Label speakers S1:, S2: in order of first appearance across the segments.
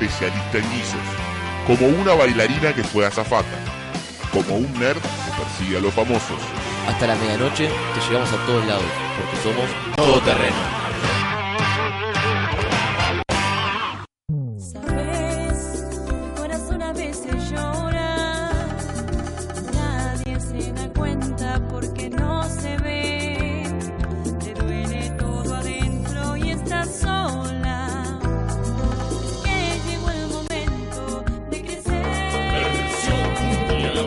S1: especialista en guisos, como una bailarina que fue azafata, como un nerd que persigue a los famosos,
S2: Hasta la medianoche te llevamos a todos lados, porque somos todo terreno.
S3: Sabes, mi corazón a veces llora, nadie se da cuenta porque no se ve, te duele todo adentro y estás sola, que llegó el momento de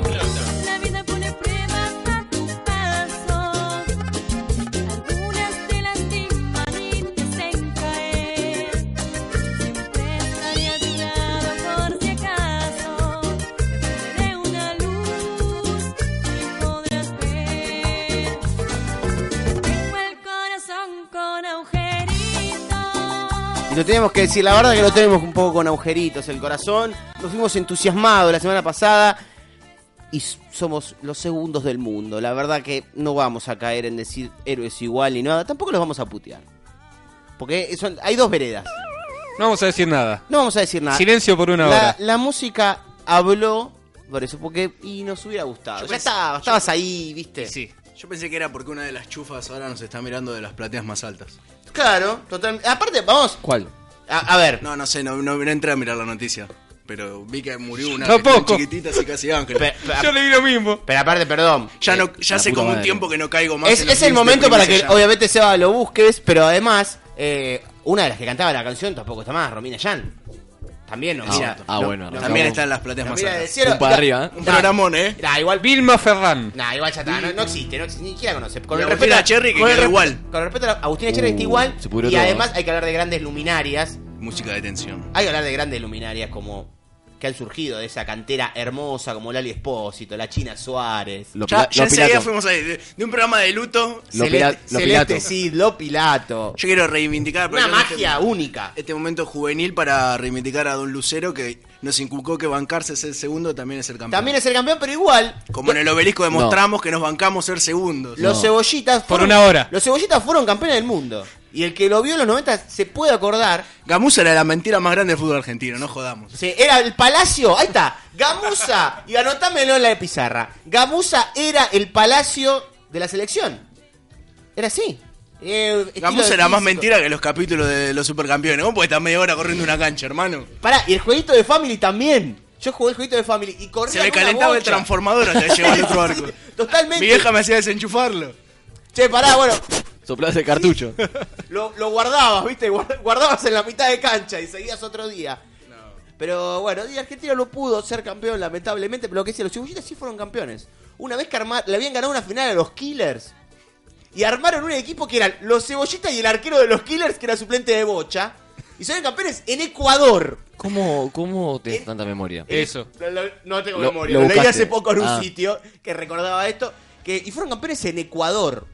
S3: crecer, la vida pone pruebas a tu paso, algunas te lastiman y te hacen caer. Siempre estaré a tu lado por si acaso Te daré una luz y podrás ver Tengo el corazón con agujeritos
S4: Y lo tenemos que decir, la verdad que lo tenemos un poco con agujeritos el corazón. Nos fuimos entusiasmados la semana pasada y s- somos los segundos del mundo. La verdad que no vamos a caer en decir héroes igual ni nada. Tampoco los vamos a putear. Porque son- hay dos veredas.
S5: No vamos a decir nada.
S4: No vamos a decir nada.
S5: Silencio por una
S4: Ah. la,
S5: hora.
S4: la música habló por eso, porque y nos hubiera gustado.
S6: Yo
S4: Ya
S6: pensé-
S4: estaba, estabas ahí, viste.
S5: Sí.
S6: Yo pensé que era porque una de las chufas ahora nos está mirando de las plateas más altas.
S4: Claro, totalmente. Aparte, vamos.
S2: ¿Cuál?
S4: A, a ver,
S6: No, no sé, no, no, no entré a mirar la noticia. Pero vi que murió una
S5: Tampoco.
S6: chiquitita así casi ángel.
S4: pe- eh, pe-
S5: Yo le vi lo mismo.
S4: pero aparte, perdón.
S6: ya no, ya
S2: La
S6: hace
S2: puta
S6: como un
S2: madre.
S6: tiempo que no caigo más.
S4: Es,
S6: en los
S4: es el
S6: clips de
S4: momento para que,
S6: primicia ya.
S4: obviamente, Seba lo busques, pero además, eh, una de las que cantaba la canción tampoco está más, Romina Yan. También nos
S2: Ah,
S4: mira.
S2: ah, bueno,
S4: no,
S6: También
S4: no,
S6: está en las plateas
S4: no,
S6: más
S4: mira del
S6: altas.
S4: cielo,
S2: Un para
S4: la-
S2: arriba, ¿eh?
S6: Un
S4: nah,
S6: programón, ¿eh?
S4: nah, igual,
S5: Vilma Ferrán.
S4: nah, igual ya está, no, no existe, no existe, ni siquiera conoce. Con
S6: Y
S4: el respeto
S6: Agustina
S4: a
S6: Cherry, que
S4: con el
S6: queda
S4: respeto-
S6: igual.
S4: Con el respeto a la- Agustina Cherry
S2: Uh,
S4: está igual.
S2: se pudrió
S4: Y
S2: todo.
S4: además hay que hablar de grandes luminarias.
S6: Música de tensión.
S4: Hay que hablar de grandes luminarias como que han surgido de esa cantera hermosa como Lali Espósito, la China Suárez.
S2: Lo
S6: Ya,
S2: pila-
S6: ya
S2: lo
S6: enseguida
S2: pilato.
S6: fuimos ahí. De, de un programa de luto.
S2: Lo
S4: Celeste,
S2: pila- lo
S4: Celeste
S2: pilato.
S4: Cid, Lo Pilato.
S6: Yo quiero reivindicar.
S4: Una
S6: perdón, este-
S4: magia uh. única.
S6: Este momento juvenil para reivindicar a Don Lucero que nos inculcó que bancarse es el segundo también es el campeón.
S4: También es el campeón, pero igual.
S6: Como en el obelisco demostramos que nos bancamos ser segundos.
S4: Los cebollitas.
S5: Por
S4: fueron-
S5: una hora.
S4: Los cebollitas fueron campeones del mundo. Y el que lo vio en los 90 se puede acordar.
S6: Gamusa era la mentira más grande del fútbol argentino, no jodamos.
S4: Se- era el palacio. Ahí está. Gamusa. Y anotámelo en la pizarra. Gamusa era el palacio de la selección. Era así. Eh, estilo
S6: Gamusa
S4: de
S6: era más
S4: físico.
S6: mentira que los capítulos de los supercampeones. ¿Cómo puede estar media hora corriendo una cancha, hermano?
S4: Pará, y el jueguito de Family también. Yo jugué el jueguito de Family y corría.
S6: Se me
S4: con una
S6: calentaba el
S4: bocha.
S6: transformador hasta que llegó al otro arco. Mi
S4: Totalmente.
S6: vieja me hacía desenchufarlo.
S4: Che, pará, bueno.
S2: Soplás el cartucho.
S4: Lo, lo guardabas, ¿viste? Guar- Guardabas en la mitad de cancha y seguías otro día. Pero bueno, y Argentina no pudo ser campeón, lamentablemente. Pero lo que hice, los cebollitas sí fueron campeones. Una vez que arma- le habían ganado una final a los Killers. Y armaron un equipo que eran los cebollitas y el arquero de los Killers, que era suplente de Bocha. Y son campeones en Ecuador.
S2: ¿Cómo, cómo tenés tanta memoria?
S5: Eso.
S4: Lo- lo- no tengo
S2: Lo-
S4: memoria.
S2: lo
S4: Lo leí
S2: buscaste.
S4: hace poco en un
S2: Ah.
S4: sitio que recordaba esto. Que, y fueron campeones en Ecuador.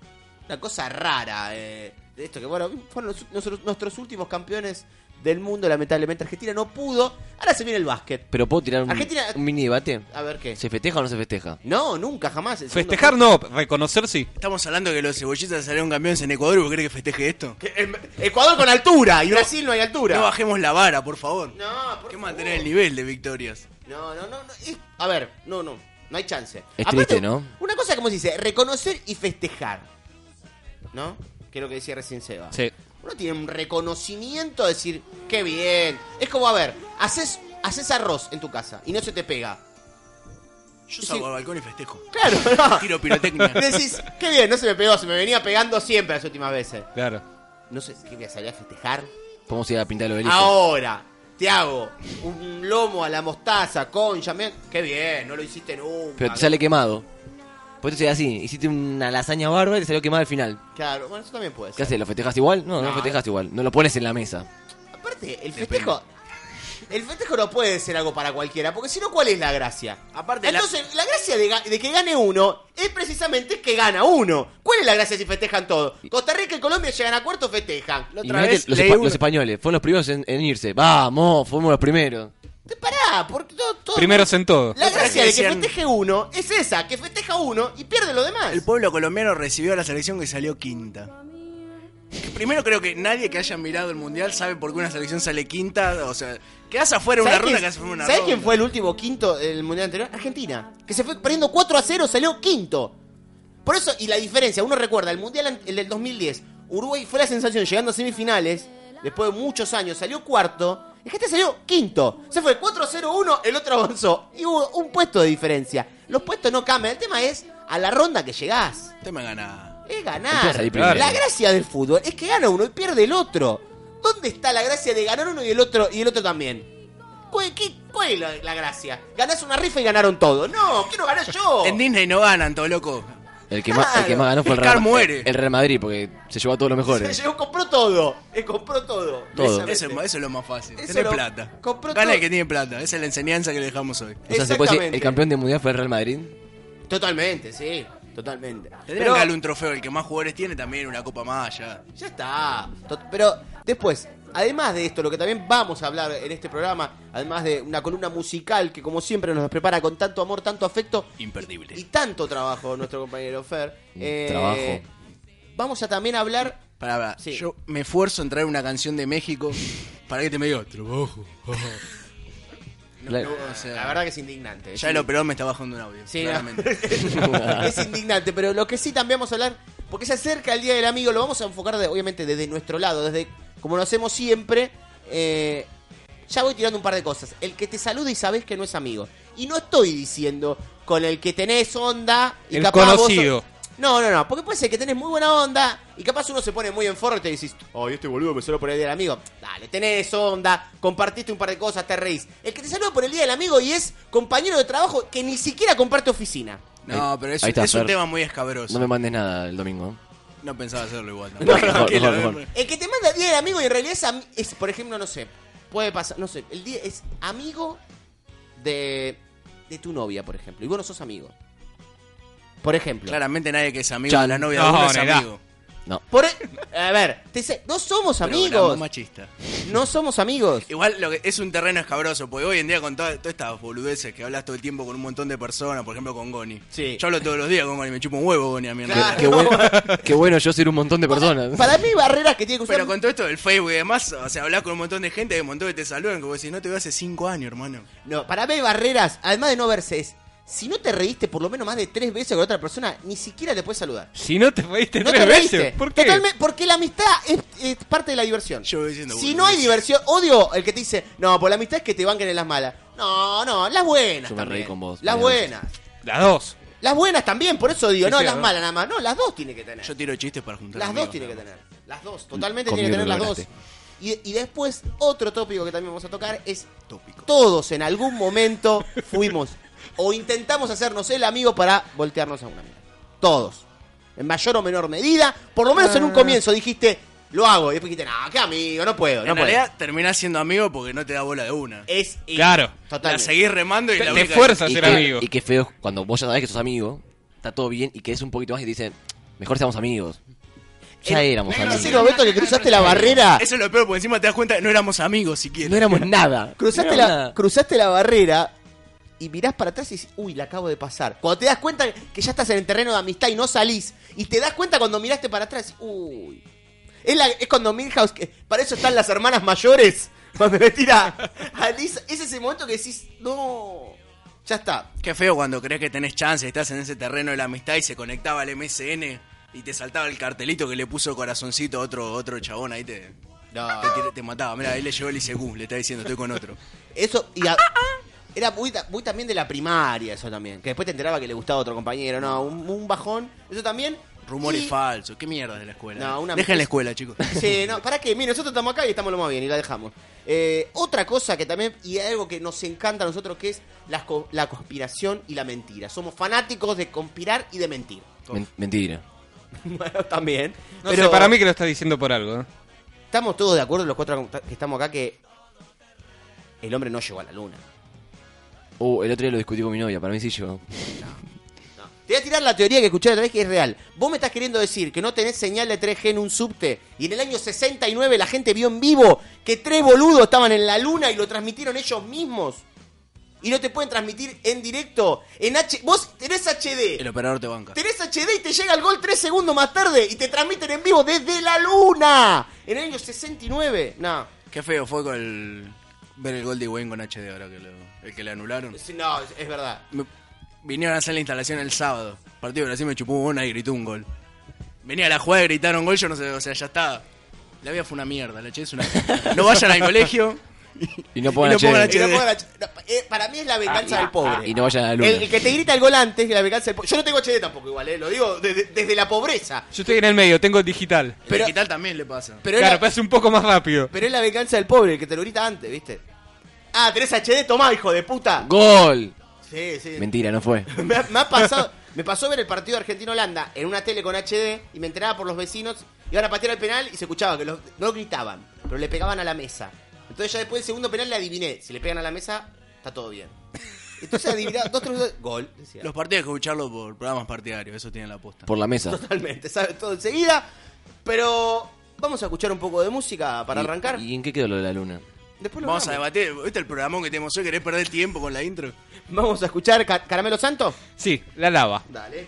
S4: Una cosa rara. eh, de esto que, bueno, fueron los- nosotros- nuestros últimos campeones del mundo. Lamentablemente, Argentina no pudo. Ahora se viene el básquet.
S2: ¿Pero puedo tirar un,
S4: Argentina-
S2: un mini debate?
S4: A ver qué.
S2: ¿Se festeja o no se festeja?
S4: No, nunca, jamás. El segundo-
S5: Festejar no, reconocer sí.
S6: Estamos hablando que los cebollitas salieron campeones en Ecuador y vos querés que festeje esto.
S4: Que, em, Ecuador con altura. Y Brasil no hay altura.
S6: No bajemos la vara, por favor.
S4: No, por
S6: Hay que
S4: favor.
S6: mantener el nivel de victorias.
S4: No, no, no, no, es- a ver, no, no. No hay chance.
S2: Es triste, ¿no?
S4: Una cosa como se dice, reconocer y festejar. ¿No? Que es lo que decía recién Seba.
S5: Sí.
S4: Uno tiene un reconocimiento de decir, qué bien. Es como, a ver, haces, haces arroz en tu casa y no se te pega.
S6: Yo
S4: Sí.
S6: salgo al balcón y festejo.
S4: Claro, no.
S6: Tiro pirotecnia.
S4: Decís, qué bien, no se me pegó, se me venía pegando siempre las últimas veces.
S5: Claro.
S4: No sé, ¿qué voy a salir a festejar?
S2: Podemos ir a pintar el obelisco.
S4: Ahora, te hago un lomo a la mostaza con llamé. Qué bien, no lo hiciste nunca.
S2: Pero te sale quemado. Pues te sale así. Hiciste una lasaña bárbara y te salió quemada al final.
S4: Claro, bueno, eso también puede
S2: ¿Qué
S4: ser.
S6: Ah.
S2: haces? ¿Lo festejas igual? No, no,
S4: No.
S2: lo festejas igual. No lo pones en la mesa.
S4: Aparte, el festejo. El festejo no puede ser algo para cualquiera, porque si no, ¿cuál es la gracia?
S6: Aparte, la-
S4: Entonces, la, gracia de, ga- de que gane uno es precisamente que gana uno. ¿Cuál es la gracia si festejan todo? Costa Rica y Colombia llegan a cuarto, festejan.
S6: La
S2: Y
S6: otra
S2: mirá que
S6: vez
S2: los,
S6: leí
S2: espa-
S6: un-
S2: los españoles fueron los primeros en, en irse. Vamos, fuimos los primeros.
S4: Pará, porque todo... todo-
S5: Primeros en todo.
S4: La
S6: Otra
S4: gracia
S6: que
S4: de que
S6: decían-
S4: festeje uno es esa, que festeja uno y pierde lo demás.
S6: El pueblo colombiano recibió a la selección que salió quinta. Que Primero creo que nadie que haya mirado el mundial sabe por qué una selección sale quinta. O sea, quedas afuera una
S4: ¿Sabés
S6: ronda,
S4: quién-
S6: quedas afuera una
S4: ¿sabés
S6: ronda.
S4: quién fue el último quinto del mundial anterior? Argentina. Que se fue perdiendo 4 a 0, salió quinto. Por eso, y la diferencia, uno recuerda, el mundial an- el del 2010, Uruguay fue la sensación llegando a semifinales, después de muchos años, salió cuarto. Es que este salió quinto. Se fue 4-0-1, el otro avanzó. Y hubo un puesto de diferencia. Los puestos no cambian. El tema es a la ronda que llegás.
S6: Te me gana.
S4: Es
S2: Entonces,
S4: ganar.
S2: ahí primero.
S4: La gracia del fútbol es que gana uno y pierde el otro. ¿Dónde está la gracia de ganar uno y el otro y el otro también? ¿Cuál, qué- cuál es la, la gracia? Ganás una rifa y ganaron todo. No, quiero ganar yo.
S6: En Disney no ganan, todo loco.
S2: El que, más, el que más ganó fue el
S6: Claro.
S2: Real,
S6: Scar muere.
S2: el Real Madrid porque se llevó a todos los
S4: Se
S2: mejores.
S4: llevó, compró todo. Eh, compró todo.
S2: Todo.
S6: Eso, es-
S4: Precisamente.
S6: eso es lo más fácil.
S4: Eso
S6: Tener
S4: lo-
S6: plata.
S4: compró
S6: Gana el
S4: todo. Eh,
S6: que tiene plata. Esa es la enseñanza que le dejamos hoy.
S2: O sea, se puede decir,
S4: Exactamente.
S2: el campeón del mundial fue el Real Madrid.
S4: Totalmente, sí. Totalmente.
S6: Tendrían que darle un trofeo. El que más jugadores tiene también, una copa más ya.
S4: Ya está. To- Pero después, además de esto, lo que también vamos a hablar en este programa, además de una columna musical que como siempre nos prepara con tanto amor, tanto afecto
S6: Imperdible.
S4: y tanto trabajo nuestro compañero Fer. eh,
S2: trabajo.
S4: Vamos a también hablar...
S6: Pará, pará.
S4: Sí.
S6: Yo me esfuerzo en traer una canción de México para que te me digas, trabajo. No,
S2: La-
S6: no, o sea,
S4: La verdad que es indignante.
S6: ya el operador me está bajando un audio.
S4: Sí,
S6: claramente.
S4: es indignante, pero lo que sí también vamos a hablar, porque se acerca el Día del Amigo, lo vamos a enfocar de- obviamente desde nuestro lado, desde como lo hacemos siempre. eh, ya voy tirando un par de cosas. El que te saluda y sabes que no es amigo. Y no estoy diciendo con el que tenés onda y
S5: El
S4: capaz vos-
S5: conocido.
S4: no, no, no, porque puede ser que tenés muy buena onda y capaz uno se pone muy en forro y te decís, ay, este boludo me solo por el día del amigo. Dale, tenés onda, compartiste un par de cosas, te reís. El que te saluda por el día del amigo y es compañero de trabajo que ni siquiera comparte oficina.
S6: No, pero es,
S2: Eh, Ahí está,
S6: es un
S2: Fer.
S6: tema muy
S2: No
S6: escabroso.
S2: me
S6: No,
S2: mandes nada el domingo. ¿eh?
S6: pensaba hacerlo igual.
S2: No,
S6: tampoco.
S2: mejor,
S6: Que la-
S2: mejor, mejor.
S4: El que te manda el día del amigo y en realidad es, ami- es, por ejemplo, no sé, puede pasar, no sé, el día es amigo de, de tu novia, por ejemplo, y vos no sos amigo. Por ejemplo.
S6: Claramente nadie que es amigo
S2: Chan.
S6: de la novia de
S5: No,
S6: uno es
S5: nená.
S6: amigo.
S2: No.
S4: Por e- a ver, te dice, no somos
S6: Programa
S4: amigos.
S6: machista.
S4: No somos amigos.
S6: Igual lo que es un terreno escabroso, porque hoy en día con toda- todas estas boludeces que hablas todo el tiempo con un montón de personas, por ejemplo con Goni.
S4: Sí.
S6: Yo hablo todos los días con Goni, me chupo un huevo Goni a mí. en
S4: Claro.
S6: realidad.
S2: Qué bueno, qué bueno yo ser un montón de personas.
S4: Para mí, barreras que tiene que usar.
S6: Pero con todo esto del Facebook y demás, o sea, hablás con un montón de gente, hay un montón que te saludan, que vos decís, no te veo hace cinco años, hermano.
S4: No, para mí, barreras, además de no verse, es. Si no te reíste por lo menos más de tres veces con otra persona, ni siquiera te puedes saludar.
S5: Si no te fuiste
S4: No
S5: tres
S4: te reíste.
S5: veces. ¿Por qué?
S4: Totalmente, porque la amistad es, es parte de la diversión.
S6: Yo voy diciendo,
S4: si
S6: boludeces.
S4: no hay diversión, odio el que te dice, no, por la amistad es que te banquen en las malas. No, no, las buenas.
S2: Yo me
S4: también.
S2: reí con vos,
S4: Las
S2: Mariano.
S4: buenas.
S5: Las dos.
S4: Las buenas también, por eso digo,
S5: Sí,
S4: no
S5: sí,
S4: las
S5: ¿no?
S4: malas nada más. No, las dos tiene que tener.
S6: Yo tiro chistes para juntar
S4: Las
S6: amigos,
S4: dos tiene que
S6: nada
S4: tener. Mm, Las dos. Totalmente
S2: Conmigo
S4: tiene que tener
S2: no
S4: las
S2: lo
S4: dos. Y, y después, otro tópico que también vamos a tocar es
S6: más. Tópico.
S4: todos en algún momento fuimos o intentamos hacernos el amigo para voltearnos a una amiga. Todos. En mayor o menor medida. Por lo menos en un comienzo dijiste, lo hago. Y después dijiste, no, qué amigo, no puedo, no
S6: en
S4: puedo.
S6: realidad terminás siendo amigo porque no te da bola de una.
S4: Es in-
S5: Claro.
S6: La
S4: Eh, Totalmente.
S6: seguís remando y
S5: Te,
S6: la
S5: te
S6: única-
S5: fuerza a
S2: Y
S5: ser
S2: que-
S5: amigo.
S2: Y qué feo cuando vos ya sabés que sos amigo, está todo bien y querés un poquito más y te dicen, mejor seamos amigos. Ya
S4: En-
S2: éramos
S4: En
S2: amigos.
S4: ese momento que cruzaste la barrera,
S6: Eso es lo peor, porque encima te das cuenta que no éramos amigos siquiera.
S2: Ah. No éramos nada.
S4: cruzaste
S2: No éramos
S4: la,
S2: nada.
S4: cruzaste la barrera y mirás para atrás y dices, uy, la acabo de pasar. Cuando te das cuenta que ya estás en el terreno de amistad y no salís, y te das cuenta cuando miraste para atrás, uy. Es, la- es cuando Milhouse, que para eso están las hermanas mayores, cuando le tira a Lisa, es ese momento que decís, no, ya está.
S6: Qué feo cuando crees que tenés chance, estás en ese terreno de la amistad y se conectaba al MSN y te saltaba el cartelito que le puso corazoncito a otro, otro chabón ahí te. Te, tira- te mataba, mira, ahí le llegó el ICQ, le está diciendo, estoy con otro.
S4: Eso, y a- era muy, ta- muy también de la primaria, eso también. Que después te enteraba que le gustaba a otro compañero, no, un, un bajón. Eso también.
S6: Rumores
S4: Y-
S6: falsos, qué mierda de la escuela.
S4: No, una-
S6: Dejen la escuela, chicos.
S4: Sí, no, ¿para qué? Mire, nosotros estamos acá y estamos lo más bien y la dejamos. Eh, otra cosa que también, y algo que nos encanta a nosotros, que es las co- la, conspiración y la mentira. Somos fanáticos de conspirar y de mentir.
S2: Men- mentira.
S4: Bueno, también.
S5: No
S4: pero
S5: sé, para mí que lo estás diciendo por algo. ¿eh?
S4: Estamos todos de acuerdo, los cuatro que estamos acá, que el hombre no llegó a la luna.
S2: Uh, el otro día lo discutí con mi novia, para mí sí llegó.
S4: No. Te voy a tirar la teoría que escuché otra vez que es real. Vos me estás queriendo decir que no tenés señal de 3G en un subte y en el año 69 la gente vio en vivo que tres boludos estaban en la luna y lo transmitieron ellos mismos. Y no te pueden transmitir en directo en H. Vos tenés HD.
S6: El operador te banca.
S4: Tenés HD y te llega el gol tres segundos más tarde y te transmiten en vivo desde la luna. En el año 69. No.
S6: Qué feo fue con el... ver el gol de Wayne con HD ahora que lo... el que le anularon.
S4: Sí, No, es verdad.
S6: Me- Vinieron a hacer la instalación el sábado. Partido de Brasil me chupó una y gritó un gol. Venía a la jugada, gritaron gol, yo no sé, o sea, ya está. La vida fue una mierda, la che es una. No vayan al colegio.
S2: Y no pongan
S6: Y no pongan
S2: HD.
S4: Y no
S6: HD.
S4: puedo la- no, eh, para mí es la venganza del pobre.
S2: Ah, Y no vayan a la luna.
S4: El, el que te grita el gol antes que la venganza del pobre. Yo no tengo HD tampoco igual, eh, lo digo desde, desde la pobreza.
S5: Yo estoy en el medio, tengo digital.
S4: Pero-
S6: Pero ¿qué tal también le pasa?
S4: Pero,
S5: claro,
S4: es la,
S5: pasa un poco más rápido.
S4: pero es la venganza del pobre, el que te lo grita antes, ¿viste? Ah, tenés HD, tomá, hijo de puta.
S2: ¡Gol!
S4: Sí, sí.
S2: Mentira, no fue.
S4: Me ha, me ha pasado. Me pasó ver el partido Argentina-Holanda en una tele con HD y me enteraba por los vecinos. Iban a patear el penal y se escuchaba que los, no gritaban, pero le pegaban a la mesa. Entonces ya después del segundo penal le adiviné. Si le pegan a la mesa, está todo bien. Entonces adivinaba dos, tres, dos, gol. Decía.
S6: Los partidos hay que escucharlo por programas partidarios, eso tiene la aposta.
S2: Por la mesa.
S4: Totalmente, sabe todo enseguida. Pero vamos a escuchar un poco de música para
S2: ¿Y-
S4: arrancar.
S2: ¿Y en qué quedó lo de la luna?
S4: Después lo
S6: Vamos a
S4: hablamos.
S6: debatir, ¿viste el programón que tenemos hoy? ¿Querés perder tiempo con la intro?
S4: Vamos a escuchar Ca- Caramelo Santo.
S5: Sí, la lava.
S4: Dale.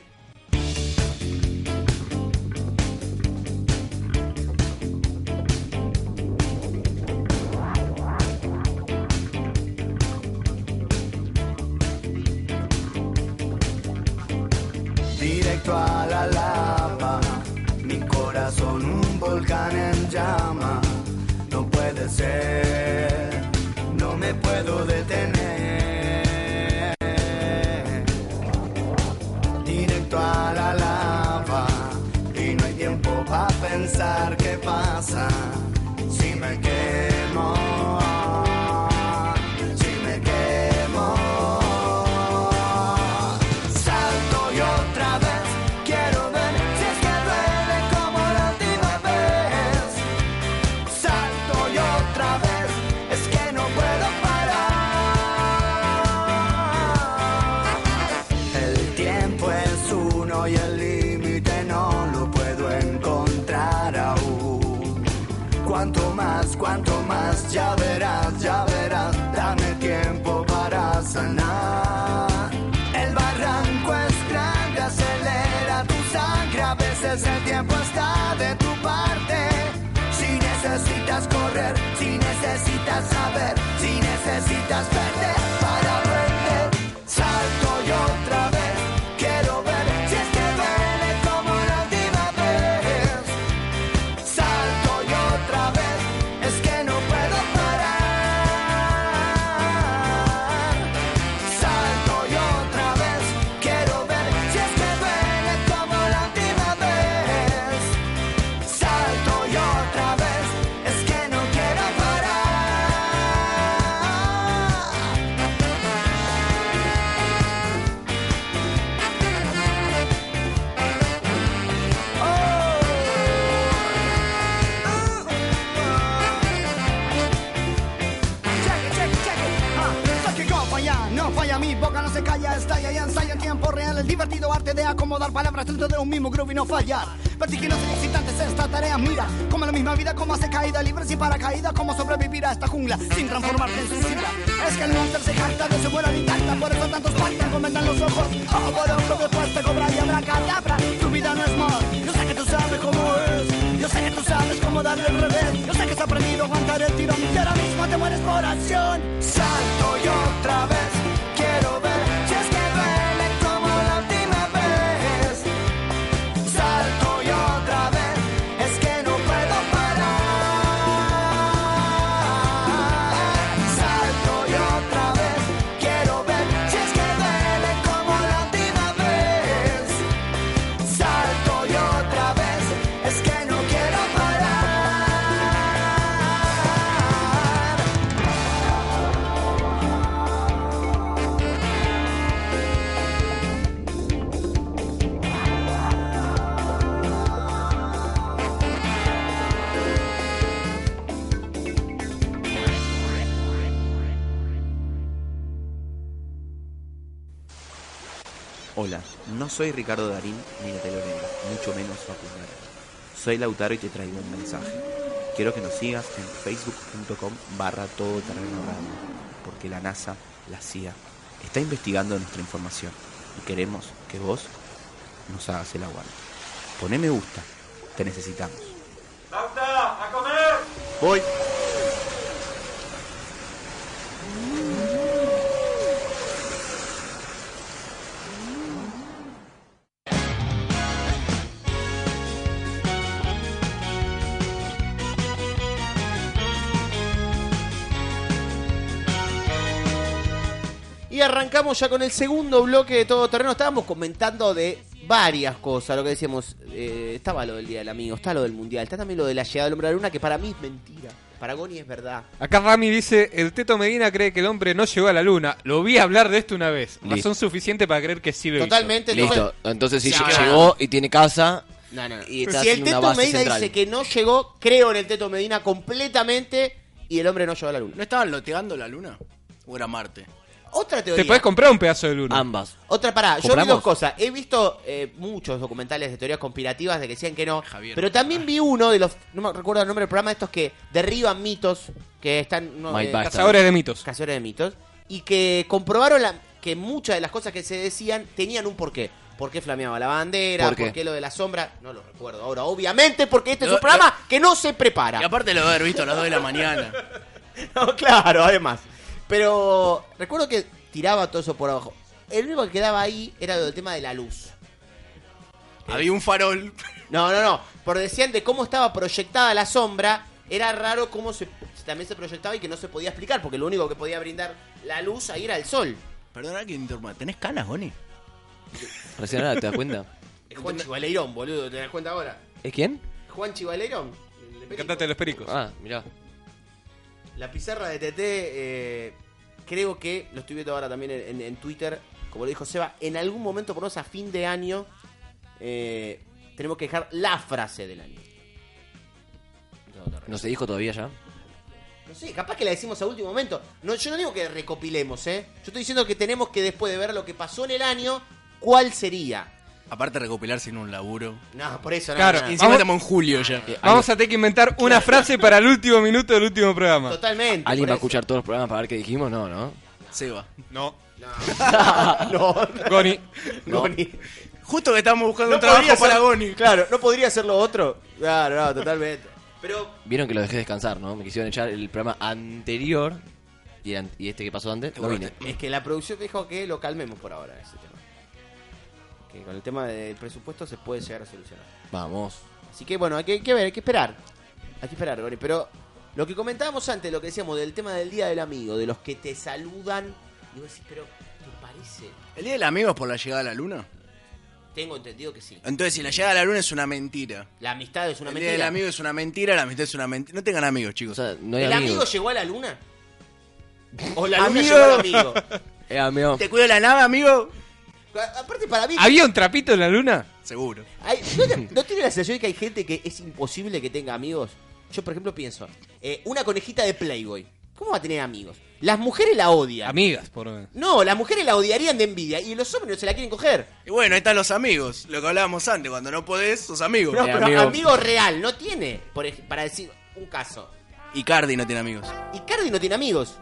S7: directo a la lava. Mi corazón un volcán en llama. No puede ser, no me puedo detener. Directo a la lava y no hay tiempo para pensar qué pasa si me quemo. Si me quemo. Salto y otra vez quiero ver si es que duele como la última vez. Salto y otra vez es que no puedo parar. El tiempo es uno y el límite no lo puedo encontrar aún. Cuanto más, cuanto más, ya verás, ya verás, dame tiempo para sanar. El barranco es grande, acelera tu sangre, a veces el tiempo está de tu parte. Si necesitas correr, si necesitas saber, si necesitas perder para aprender. Salto y otra vez, quiero ver si es que duele como la última vez. Salto y otra vez, es que no puedo parar. Salto y otra vez, quiero ver si es que duele como la última vez. Salto y otra vez, es que no quiero parar. Oh. Cheque, cheque, cheque. Ah, saque go, falla, no falla, mi boca no se calla, estalla y ensaya en tiempo real. El divertido arte de acomodar palabras dentro de un mismo groove y no fallar. Vertiginosa y excitante es esta tarea, mira. Como la misma vida, como hace caída, libre sin paracaída, como sobrevivir a esta jungla sin transformarte en suicida. Es que el monster se jacta de su buena intacta, por eso tantos partan, comentan los ojos. Oh, por otro después te cobra y habrá cadabra. Tu vida no es más, yo sé que tú sabes cómo es. Yo sé que tú sabes cómo darle el revés. Yo sé que has aprendido a aguantar el tirón y ahora mismo te mueres por acción. Salto y otra vez quiero ver si es que duele como la última vez. Salto y otra vez es que no puedo parar. Salto y otra vez quiero ver si es que duele como la última vez. Salto y otra vez, es que no quiero parar.
S8: Hola, no soy Ricardo Darín ni Natalia Lorena, mucho menos Facundo Arana. Soy Lautaro y te traigo un mensaje. Quiero que nos sigas en facebook.com barra todo terreno radio, porque la NASA, la CIA, está investigando nuestra información y queremos que vos nos hagas el aguante. Poné me gusta, te necesitamos. ¡Lauta, a comer! Voy.
S4: Y arrancamos ya con el segundo bloque de Todo Terreno. Estábamos comentando de varias cosas, lo que decíamos. eh, estaba lo del Día del Amigo, está lo del Mundial, está también lo de la llegada del Hombre a la Luna, que para mí es mentira. Para Goni es verdad.
S5: Acá Rami dice, el Teto Medina cree que el hombre no llegó a la luna. Lo vi hablar de esto una vez.
S2: Listo.
S5: Razón suficiente para creer que sí lo hizo.
S4: Totalmente.
S2: Listo. Entonces si
S4: Ya.
S2: llegó y tiene casa
S4: No, no, no.
S2: y está
S4: si el
S2: haciendo una
S4: Teto
S2: base
S4: Medina
S2: central.
S4: dice que no llegó, creo en el Teto Medina completamente y el hombre no llegó a la
S6: ¿No
S4: luna.
S6: estaban loteando la luna? ¿O era Marte?
S4: Otra teoría.
S5: Te podés comprar un pedazo de luna.
S2: ambas.
S4: Otra parada. Yo vi
S2: ¿Compramos?
S4: dos cosas. He visto eh, muchos documentales de teorías conspirativas de que decían que no.
S6: Javier.
S4: Pero también vi uno de los. No me recuerdo el nombre del programa, de estos que derriban mitos. Que están. No,
S2: Mike
S4: eh,
S2: Basta.
S5: Cazadores de mitos.
S4: Cazadores de mitos. Y que comprobaron la- que muchas de las cosas que se decían tenían un porqué. ¿Por qué flameaba la bandera?
S2: ¿Por qué?
S4: lo de la sombra? No lo recuerdo ahora, obviamente, porque este es
S6: Lo-
S4: un programa que no se prepara.
S6: Y aparte lo de haber visto a las 2 de la mañana.
S4: No, claro, además. Pero recuerdo que tiraba todo eso por abajo. El único que quedaba ahí era el tema de la luz.
S6: Había un farol.
S4: No, no, no. Por decían de cómo estaba proyectada la sombra, era raro cómo se, también se proyectaba y que no se podía explicar, porque lo único que podía brindar la luz ahí era el sol.
S6: Perdona que interrumpa. ¿Tenés canas, Goni?
S2: Recién ahora te das cuenta.
S4: Es Juan Chivaleirón, boludo, ¿te das cuenta ahora?
S2: ¿Es quién?
S4: Juan Chivaleirón. el de
S5: Me
S4: Perico.
S5: encantaste los pericos.
S2: Ah, mirá.
S4: La pizarra de TT, eh, creo que, lo estoy viendo ahora también en, en- en Twitter, como lo dijo Seba, en algún momento, por lo menos a fin de año, eh, tenemos que dejar la frase del año.
S2: No se dijo todavía ya.
S4: No sé, capaz que la decimos a último momento. No, yo no digo que recopilemos, ¿eh? Yo estoy diciendo que tenemos que, después de ver lo que pasó en el año, ¿cuál sería?
S6: Aparte recopilar sin un laburo.
S4: No, por eso, no,
S5: Claro,
S4: no, no.
S6: Y encima
S5: Vamos-
S6: estamos en julio ya.
S5: Vamos a tener que inventar una frase para el último minuto del último programa.
S4: Totalmente.
S2: ¿Alguien va a
S4: por
S2: escuchar todos los programas para ver qué dijimos? No, ¿no?
S6: Seba.
S5: No.
S4: eso. No,
S5: Goni.
S4: no, ni-
S6: Justo que estamos buscando un
S4: podría
S6: trabajo
S4: ser-
S6: para Goni.
S4: Claro, no podría ser lo otro. Claro, no, totalmente. Pero
S2: Vieron que lo dejé descansar, ¿no? Me quisieron echar el programa anterior y, el an- y este que pasó antes. No vine.
S4: Es que la producción dijo que lo calmemos por ahora ese tema. Que con el tema del presupuesto se puede llegar a solucionar.
S2: Vamos.
S4: Así que bueno, hay que, hay que ver, hay que esperar. Hay que esperar, Gori. Pero lo que comentábamos antes, lo que decíamos del tema del Día del Amigo, de los que te saludan, y vos decís, pero ¿te parece?
S6: ¿El día del amigo es por la llegada a la luna?
S4: Tengo entendido que sí.
S6: Entonces, si la llegada a la luna es una mentira.
S4: La amistad es una
S6: el
S4: mentira.
S6: día del amigo es una mentira, la amistad es una mentira. No tengan amigos,
S2: O
S6: chicos.
S2: sea, no hay
S4: ¿El amigo
S2: amigos.
S4: llegó a la luna? ¿O la luna
S6: Amigo.
S4: llegó al amigo?
S2: Eh, amigo.
S6: ¿Te cuido la nave, amigo?
S4: A- Aparte, para mí,
S5: ¿Había un trapito en la luna?
S6: Seguro.
S4: Hay- ¿no, te- no tiene la sensación de que hay gente que es imposible que tenga amigos? Yo, por ejemplo, pienso, eh, una conejita de Playboy, ¿cómo va a tener amigos? Las mujeres la odian.
S5: Amigas, por lo menos.
S4: No, las mujeres la odiarían de envidia y los hombres no se la quieren coger.
S6: Y bueno, ahí están los amigos. Lo que hablábamos antes, cuando no podés, sos amigos.
S4: No,
S2: Eh,
S4: pero amigo.
S2: amigo.
S4: real no tiene, por ej- para decir un caso.
S6: Y Cardi no tiene amigos.
S4: Y Cardi no tiene amigos.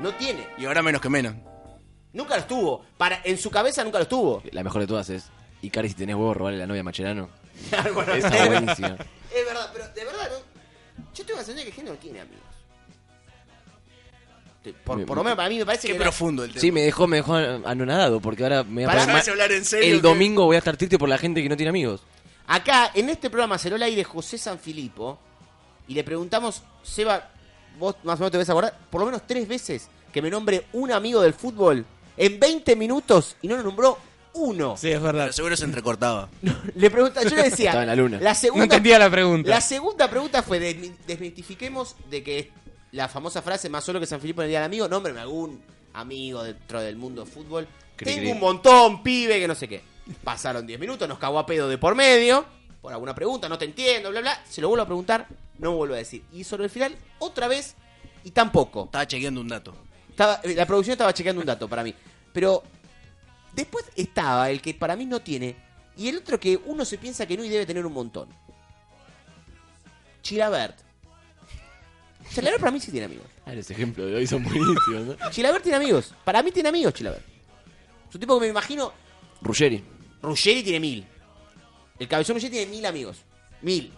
S4: No tiene.
S6: Y ahora menos que menos.
S4: Nunca los tuvo. Para, en su cabeza nunca los tuvo.
S2: La mejor de todas es. Y Cari, si tenés huevo, robarle la novia a Macherano.
S4: Bueno,
S2: Esa
S4: es-
S2: buenísima.
S4: Es verdad, pero de verdad, no- yo tengo la sensación de que gente no tiene amigos. Te- Por,
S2: Me-
S4: por lo menos para mí me parece
S6: Qué
S4: que... no-
S6: profundo el tema.
S2: Sí, me dejó, me dejó anonadado porque ahora me voy a
S4: Pará,
S2: poner
S4: ¿me
S2: mal.
S6: vas a hablar en serio
S2: El
S6: que-
S2: domingo voy a estar triste por la gente que no tiene amigos.
S4: Acá, en este programa, salió al aire José Sanfilippo y le preguntamos, Seba, vos más o menos te ves a acordar, por lo menos tres veces que me nombre un amigo del fútbol en 20 minutos y no lo nombró uno.
S5: es verdad.
S6: Pero seguro se entrecortaba.
S4: Le pregunta, yo le decía,
S2: Estaba en la luna.
S5: No
S4: segunda,
S5: entendía la pregunta.
S4: la segunda pregunta fue, desmi- desmitifiquemos de que la famosa frase, más solo que Sanfilippo en el día del amigo, nómbreme algún amigo dentro del mundo del fútbol.
S2: Cri,
S4: Tengo
S2: cri.
S4: un montón, pibe, que no sé qué. Pasaron 10 minutos, nos cagó a pedo de por medio, por alguna pregunta, no te entiendo, bla, bla. Se lo vuelvo a preguntar, no vuelvo a decir. Y sobre el final, otra vez, y tampoco.
S6: Estaba chequeando un dato.
S4: Estaba- eh, la producción estaba chequeando un dato para mí. Pero Después estaba el que para mí no tiene. Y el otro que uno se piensa que no y debe tener un montón. Chilabert. Chilabert para mí sí tiene amigos.
S2: Ah, los ejemplos de hoy son buenísimos, ¿no?
S4: Chilabert tiene amigos. Para mí tiene amigos Chilabert. Es un tipo que me imagino...
S2: Ruggeri.
S4: Ruggeri tiene mil. El cabezón Ruggeri tiene mil amigos. Mil.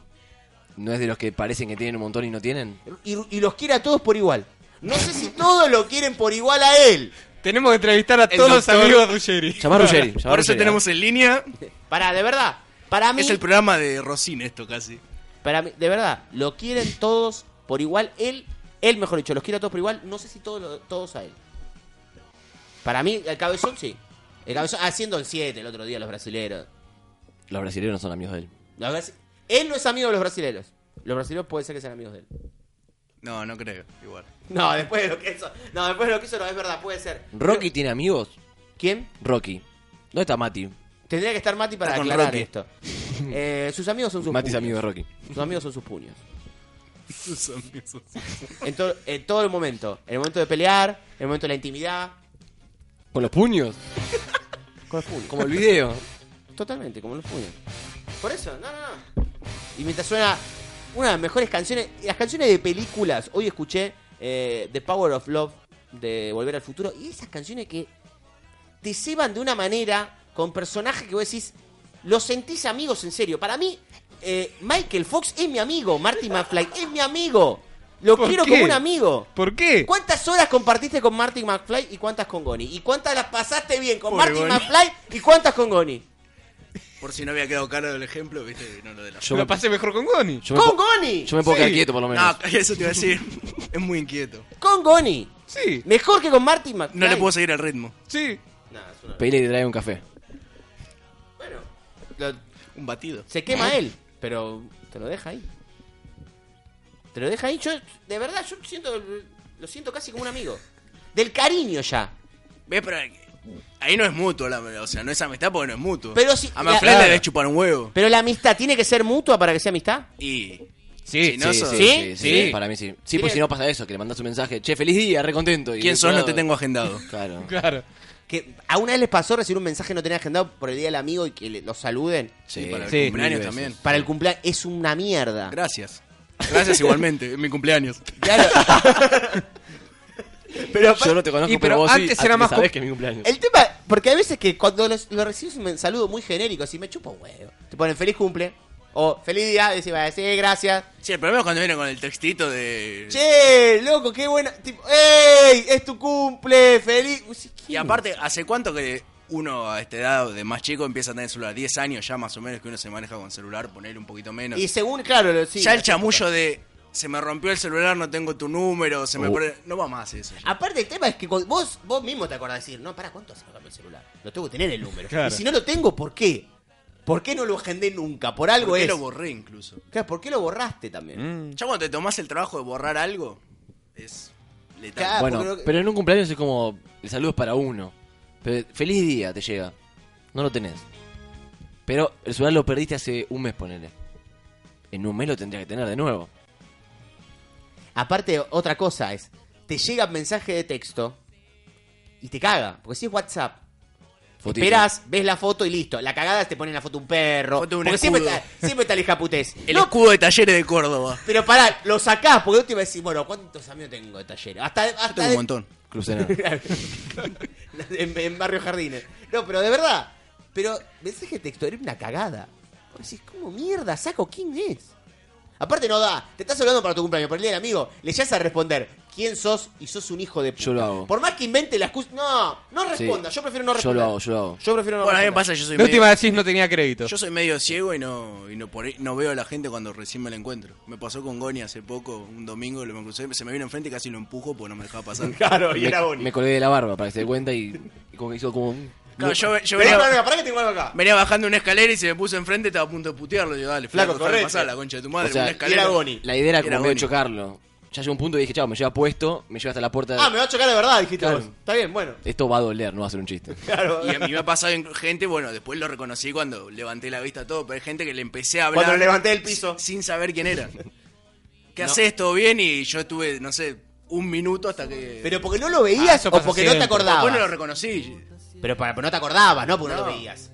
S2: ¿No es de los que parecen que tienen un montón y no tienen?
S4: Y, y los quiere a todos por igual. No sé si todos lo quieren por igual a él.
S5: Tenemos que entrevistar a
S6: El
S5: todos los
S6: doctor-
S5: amigos de Ruggeri.
S2: Llamá a Ruggeri. llamá a
S6: Por eso
S2: Ruggeri. ¿eh?
S6: tenemos en línea.
S4: Para, de verdad. Para mí...
S6: Es el programa de Rocín esto casi.
S4: Para mí, de verdad, lo quieren todos por igual. Él, él mejor dicho, los quiere a todos por igual. No sé si todos, lo- todos a él. Para mí, el cabezón sí. El cabezón haciendo el 7 el otro día, los brasileros.
S2: Los brasileños no son amigos de él.
S4: La verdad, sí. él no es amigo de los brasileros. Los brasileros puede ser que sean amigos de él.
S6: No, no creo. Igual.
S4: No, después de lo que hizo. No, después de lo que hizo, no, es verdad, puede ser.
S2: ¿Rocky tiene amigos?
S4: ¿Quién?
S2: Rocky. ¿Dónde está Mati?
S4: Tendría que estar Mati para
S6: Está con
S4: aclarar
S6: Rocky.
S4: esto. Eh, sus amigos son sus
S2: Mati es
S4: puños.
S2: amigo de Rocky.
S4: Sus amigos son sus puños. En, to- en todo el momento. En el momento de pelear, en el momento de la intimidad.
S2: ¿Con los puños?
S4: Con los puños.
S2: Como el video.
S4: Totalmente, como los puños. Por eso, no, no, no. Y mientras suena una de las mejores canciones, y las canciones de películas, hoy escuché eh, The Power of Love de Volver al Futuro, y esas canciones que te ceban de una manera con personajes que vos decís, los sentís amigos en serio. Para mí, eh, Michael Fox es mi amigo, Marty McFly es mi amigo. Lo
S5: ¿Por
S4: quiero
S5: qué?
S4: como un amigo.
S5: ¿Por qué?
S4: ¿Cuántas horas compartiste con Marty McFly y cuántas con Goni? ¿Y cuántas las pasaste bien con
S6: Pobre
S4: Marty
S6: Goni.
S4: McFly y cuántas con Goni?
S6: Por si no había quedado claro el ejemplo, viste, no lo de la.
S2: Yo
S5: la
S2: me,
S5: pasé mejor con Goni.
S2: yo me
S4: ¡Con
S2: po-
S4: Goni!
S2: yo me puedo quedar
S5: Sí.
S2: quieto por lo menos.
S6: No, eso te iba a decir. Es muy inquieto.
S4: Con Goni.
S5: Sí,
S4: Mejor que con Marty McFly.
S6: No le puedo seguir el ritmo.
S5: sí.
S2: Pedile que te traiga un café.
S4: Lo-
S6: Un batido.
S4: se quema él, pero te lo deja ahí. Te lo deja ahí. Yo, de verdad, yo siento, lo siento casi como un amigo. Del cariño ya.
S6: Ve, pero ahí no es mutuo, la, o sea, no es amistad porque no es mutuo.
S4: Pero si-
S6: a Manfred
S4: claro.
S6: le debe chupar un huevo.
S4: Pero la amistad, ¿tiene que ser mutua para que sea amistad?
S6: Y
S5: Sí,
S6: Si no sos-
S4: ¿Sí?
S5: Sí.
S2: Para mí sí. Sí, pues si no pasa eso, que le mandas un mensaje, che, feliz día, re contento. y
S6: quién
S2: del
S6: sos
S2: otro
S6: no te
S2: lado-
S6: tengo agendado.
S2: Claro.
S5: Claro.
S4: Que a una vez les pasó recibir un mensaje que no tenía agendado por el día del amigo y que le- los saluden.
S2: Sí,
S6: Para
S5: Sí.
S6: el cumpleaños
S2: Mil
S6: también.
S4: Para el cumpleaños es una mierda.
S6: Gracias. Gracias igualmente, es mi cumpleaños.
S4: Pero
S2: Yo no te conozco,
S5: Y,
S2: pero,
S5: pero
S2: vos
S5: antes
S2: sí,
S5: era
S2: ah,
S5: más
S2: sabés
S5: com-
S2: que es mi cumpleaños.
S4: El tema, porque hay veces que cuando los- lo recibes un saludo muy genérico, así me chupa un huevo. Te ponen feliz cumple o feliz día, decís, "Bah, sí, gracias.
S6: Sí, el problema es cuando viene con el textito de.
S4: Che, loco, qué buena. Tipo, ¡Ey! Es tu cumple, feliz. Uy, sí,
S6: Y
S4: ¿quién?
S6: aparte, ¿hace cuánto que uno a esta edad de más chico empieza a tener celular? 10 años ya más o menos que uno se maneja con celular, ponerle un poquito menos.
S4: Y según, claro, lo- sí,
S6: ya el
S4: la-
S6: chamullo de se me rompió el celular, no tengo tu número, se me
S2: Uh.
S6: pone- No va más eso. ya.
S4: Aparte, el tema es que cuando- vos, vos mismo te acordás de decir, no, para, ¿cuánto hace que no cambio el celular? Lo tengo que tener el número.
S5: Claro.
S4: Y si no lo tengo, ¿por qué? ¿Por qué no lo agendé nunca? Por algo
S6: ¿Por qué
S4: es.
S6: lo borré incluso.
S4: Claro, ¿Por qué lo borraste también?
S6: Ya cuando te tomás el trabajo de borrar algo, es letal.
S4: Claro. Ah,
S2: bueno,
S4: porque lo que-
S2: pero en un cumpleaños es como el saludo es para uno. Pero feliz día te llega. No lo tenés. Pero el celular lo perdiste hace un mes, ponele. En un mes lo tendría que tener de nuevo.
S4: Aparte, otra cosa es, te llega mensaje de texto y te caga, porque si es WhatsApp.
S2: Fotito.
S4: Esperás, ves la foto y listo. La cagada te pone en la foto un perro.
S6: Foto de un
S4: porque siempre
S6: escudo.
S4: está, siempre está el hijaputés.
S6: El
S4: No,
S6: escudo de talleres de Córdoba.
S4: pero pará, lo sacás, porque última decís, bueno, ¿cuántos amigos tengo de taller? Hasta, hasta
S6: Yo tengo un
S4: de-
S6: montón.
S2: Crucena.
S4: en, en Barrio Jardines. No, pero de verdad. Pero mensaje de texto era una cagada. Vos decís, ¿cómo mierda saco quién es? Aparte no da, te estás hablando para tu cumpleaños, pero el día del amigo le llegas a responder quién sos y sos un hijo de puta.
S2: Yo lo hago.
S4: Por más que invente la excusa, no, no responda, yo prefiero no
S2: Yo
S4: responder.
S2: lo hago, yo lo hago.
S4: Yo prefiero no
S6: Bueno, a mí me
S4: responder.
S6: pasa, yo soy,
S5: La última
S6: medio,
S5: decís no tenía crédito.
S6: yo soy medio ciego y no y no, por ahí- no veo a la gente cuando recién me la encuentro. Me pasó con Goni hace poco, un domingo, lo me crucé, se me vino enfrente y casi lo empujo porque no me dejaba pasar.
S4: Claro, y
S2: me,
S4: era bonito.
S2: me colgué de la barba para que se dé cuenta y, y como que hizo como un...
S6: Claro, yo, yo
S4: Vení,
S6: venía,
S4: pará, pará que tengo algo acá.
S6: venía bajando una escalera y se me puso enfrente, estaba a punto de putearlo. Digo, dale,
S4: Flaco,
S6: flaco, déjame
S4: correte.
S6: pasar la concha de tu madre.
S2: O sea,
S6: una
S4: Y
S6: escalera.
S4: era Goni.
S2: La idea era como
S6: Era
S2: medio
S6: Goni.
S2: chocarlo. Ya llegó un punto y dije, chao, me lleva puesto, me lleva hasta la puerta.
S4: Ah, me va a chocar de verdad, dijiste
S2: Claro.
S4: vos. Está bien, bueno.
S2: Esto va a doler, no va a ser un chiste.
S4: Claro.
S6: Y a mí me ha pasado en- gente, bueno, después lo reconocí cuando levanté la vista a todo, pero hay gente que le empecé a hablar.
S4: Cuando levanté el piso.
S6: Sin saber quién era. ¿Qué haces? ¿Todo bien? Y yo estuve, no sé, un minuto hasta que.
S4: Pero porque no lo veías Ah,
S5: eso
S4: o
S5: pasa
S4: porque no te
S5: siempre.
S4: acordabas.
S6: Después no lo reconocí.
S4: Pero para, pero no te acordabas, ¿no? Porque no,
S6: No.
S4: lo veías.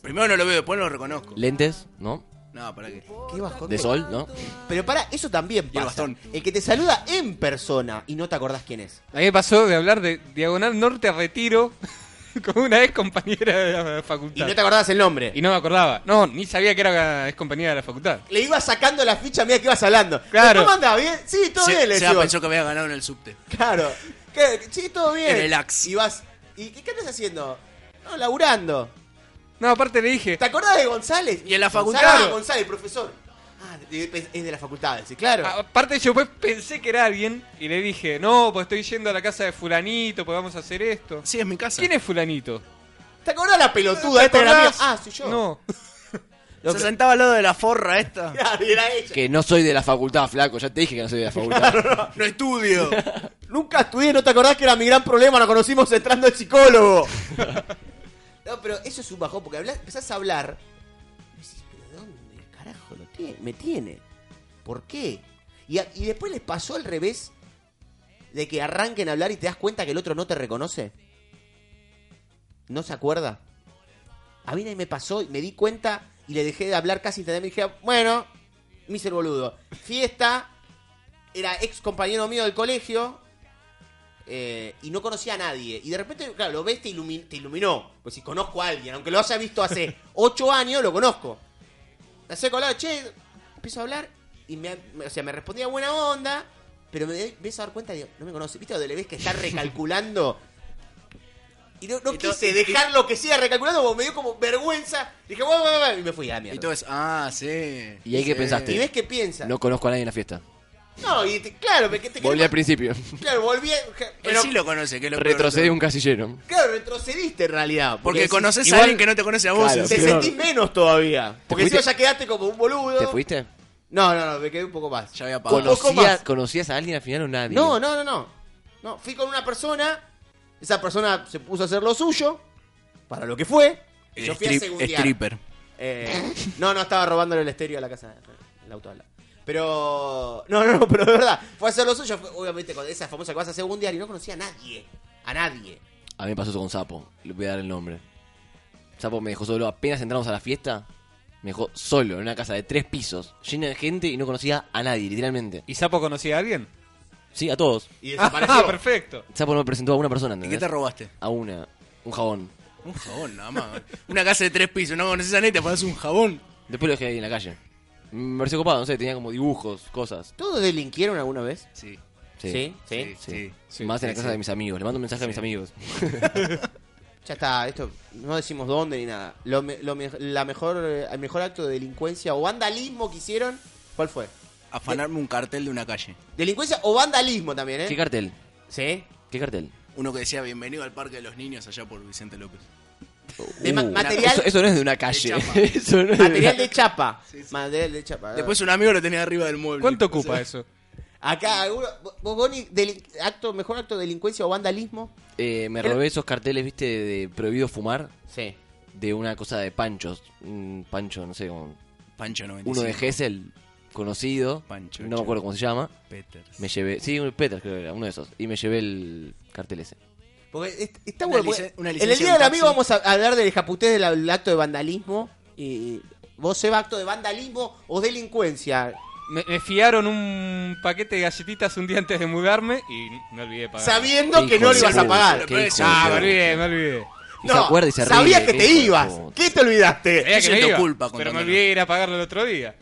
S6: Primero no lo veo, después no lo reconozco.
S2: Lentes, ¿no?
S6: No, para qué.
S4: Qué bajón
S2: De
S4: que-
S2: sol, ¿no?
S4: Pero para, eso también
S6: Y el
S4: pasa. El,
S6: bastón.
S4: que te saluda en persona y no te acordás quién es.
S5: A mí me pasó de hablar de Diagonal Norte a Retiro con una ex compañera de la
S4: Y
S5: facultad.
S4: no te acordás el nombre.
S5: Y no me acordaba. No, ni sabía que era ex compañera de la facultad.
S4: Le ibas sacando la ficha mía que ibas hablando.
S5: Claro.
S4: ¿Cómo andás? ¿Bien? Sí, todo
S6: Se-
S4: bien, le
S6: Seba
S4: decimos.
S6: pensó que había ganado en el subte.
S4: Claro. ¿Qué? Sí, todo bien.
S6: En el Axe.
S4: Y vas. ¿Y qué, qué andas haciendo? No, laburando.
S5: No, aparte le dije,
S4: ¿Te acordás de González?
S6: Y en la
S4: González-
S6: facultad.
S4: Ah, González, profesor. Ah, de- de- es de la facultad, sí, claro.
S6: Ah.
S5: Aparte yo después pensé que era alguien y le dije, no, pues estoy yendo a la casa de fulanito, pues vamos a hacer esto.
S6: Sí, es mi casa.
S5: ¿Quién es fulanito?
S4: ¿Te acordás la pelotuda
S5: ¿Te
S4: esta era mía?
S5: acordás?
S4: Ah, soy yo.
S5: No.
S4: Lo
S6: Se
S4: que-
S6: sentaba al lado de la forra esta.
S4: Claro, era ella.
S2: Que no soy de la facultad, flaco. Ya te dije que no soy de la facultad.
S6: No estudio.
S4: Nunca estudié, no te acordás que era mi gran problema, nos conocimos entrando al psicólogo. no, pero eso es un bajón, porque hablás- empezás a hablar. y Decís, pero ¿de dónde carajo lo tiene? me tiene? ¿Por qué? Y, a- y después les pasó al revés de que arranquen a hablar y te das cuenta que el otro no te reconoce. ¿No se acuerda? A mí nadie me pasó y me di cuenta y le dejé de hablar casi entender. Me dije, bueno, me hice el boludo. Fiesta, era ex compañero mío del colegio eh, y no conocía a nadie. Y de repente, claro, lo ves, te, ilumi- te iluminó. Pues si conozco a alguien, aunque lo haya visto hace ocho años, lo conozco. Me acerco al lado, che, empiezo a hablar y me, me- o sea, me respondía buena onda, pero me empiezo a dar cuenta, digo, no me conoce. ¿Viste donde le ves que está recalculando? Y no, no
S6: Y to-
S4: quise
S6: y-
S4: dejarlo que siga recalculando, porque me dio como vergüenza. Dije, bueno, bueno, bueno", y me fui a la mierda.
S6: Y todo es, ah, sí.
S2: ¿Y ahí qué
S6: Sí.
S2: pensaste?
S4: Y ves que piensa.
S2: No
S4: No,
S2: conozco a nadie en la fiesta.
S4: y te- claro, me, que te
S2: Volví al principio.
S4: Claro, volví. a-
S6: Él
S4: pero-
S6: Pues sí lo conoce, que es lo peor.
S2: Retrocedí un casillero.
S4: Claro, retrocediste en realidad.
S6: Porque
S4: decís-
S6: conoces
S2: igual-
S6: a alguien que no te conoce a vos.
S2: Claro,
S4: Te
S6: Sí.
S2: pero-
S4: sentís menos todavía. Porque si
S2: fuiste?
S4: ya quedaste como un boludo.
S2: ¿Te fuiste?
S4: No, no, no, me quedé un poco más.
S6: Ya había pagado.
S4: poco más.
S2: ¿Conocías, ¿Conocías a alguien al final o nadie?
S4: No, no, no, no. No, fui con una persona. Esa persona se puso a hacer lo suyo. Para lo que fue. y Yo fui a
S6: Strip-
S4: segundear.
S6: stripper.
S4: Eh, no, no estaba robándole el estéreo a la casa, el auto al lado. Pero. No, no, no, pero de verdad. Fue a hacer lo suyo. fue- obviamente, con esa famosa que vas a hacer un diario. No conocía a nadie. A nadie.
S2: A mí me pasó eso con Sapo. Le voy a dar el nombre. Sapo me dejó solo. Apenas entramos a la fiesta, me dejó solo en una casa de tres pisos, llena de gente y no conocía a nadie, literalmente.
S5: ¿Y Sapo conocía a alguien?
S2: Sí, a todos.
S4: Y
S5: Ah,
S4: desapareció.
S5: perfecto.
S2: Sapo no me presentó a una persona,
S6: ¿Y
S2: ¿entendés?
S6: qué te robaste?
S2: A una. Un jabón.
S6: Un jabón, nada más. Una casa de tres pisos, no conoces a nadie, te pones un jabón.
S2: Después lo dejé ahí en la calle. Me pareció copado, no sé, tenía como dibujos, cosas.
S4: ¿Todos delinquieron alguna vez?
S6: Sí.
S4: Sí, sí.
S6: Sí,
S2: Sí.
S6: sí.
S5: Sí,
S2: Más en la
S5: sí,
S2: casa
S5: sí.
S2: de mis amigos. Le mando un mensaje a mis amigos.
S4: Ya está, esto no decimos dónde ni nada. Lo, me- lo me- la mejor, eh, el mejor acto de delincuencia o vandalismo que hicieron, ¿cuál fue?
S6: Afanarme un cartel de una calle.
S4: Delincuencia o vandalismo también, ¿eh?
S2: ¿Qué cartel?
S4: ¿Sí?
S2: ¿Qué cartel?
S6: Uno que decía bienvenido al Parque de los Niños allá por Vicente López.
S4: De ma-
S2: Uh,
S4: material-
S2: Eso, eso no es de una calle.
S6: chapa.
S2: eso no es de
S4: Material
S2: una-
S4: de chapa. Material de chapa.
S6: Después un amigo lo tenía arriba del mueble.
S5: ¿Cuánto
S6: O sea,
S5: ocupa eso?
S4: Acá, alguno- vos, Boni, delin- acto, mejor acto de delincuencia o vandalismo.
S2: Eh, me robé esos carteles, viste, de prohibido fumar.
S4: Sí.
S2: de una cosa de panchos. Un pancho, no sé, como
S6: Pancho 95.
S2: uno de Gessel conocido.
S6: Pancho,
S2: no me acuerdo cómo se llama.
S6: Peters.
S2: Me llevé, sí, un Peter creo que era, uno de esos. Y me llevé el cartel ese.
S4: Porque es- está
S6: Una
S4: bueno. porque
S6: licen- una
S4: en el
S6: licencia
S4: día
S6: en
S4: del amigo vamos
S6: taxi.
S4: a hablar del japutés del del acto de vandalismo. Y vos, Seba, acto de vandalismo o delincuencia.
S5: Me, me fiaron un paquete de galletitas un día antes de mudarme y me olvidé pagar.
S4: Sabiendo que
S2: Hijo
S4: no lo
S2: de
S4: ibas a
S2: puta,
S4: pagar.
S2: qué hijo de
S5: Ah, me
S2: puta.
S5: olvidé, me olvidé.
S2: Y se acuerda y se ríe.
S4: sabías que
S2: qué
S4: te
S2: hijo de
S4: ibas.
S2: puta.
S4: ¿Qué te olvidaste?
S5: Sabía que me
S6: siento
S5: iba,
S6: culpa
S5: pero
S6: contándolo.
S5: me olvidé de ir a pagarlo el otro día.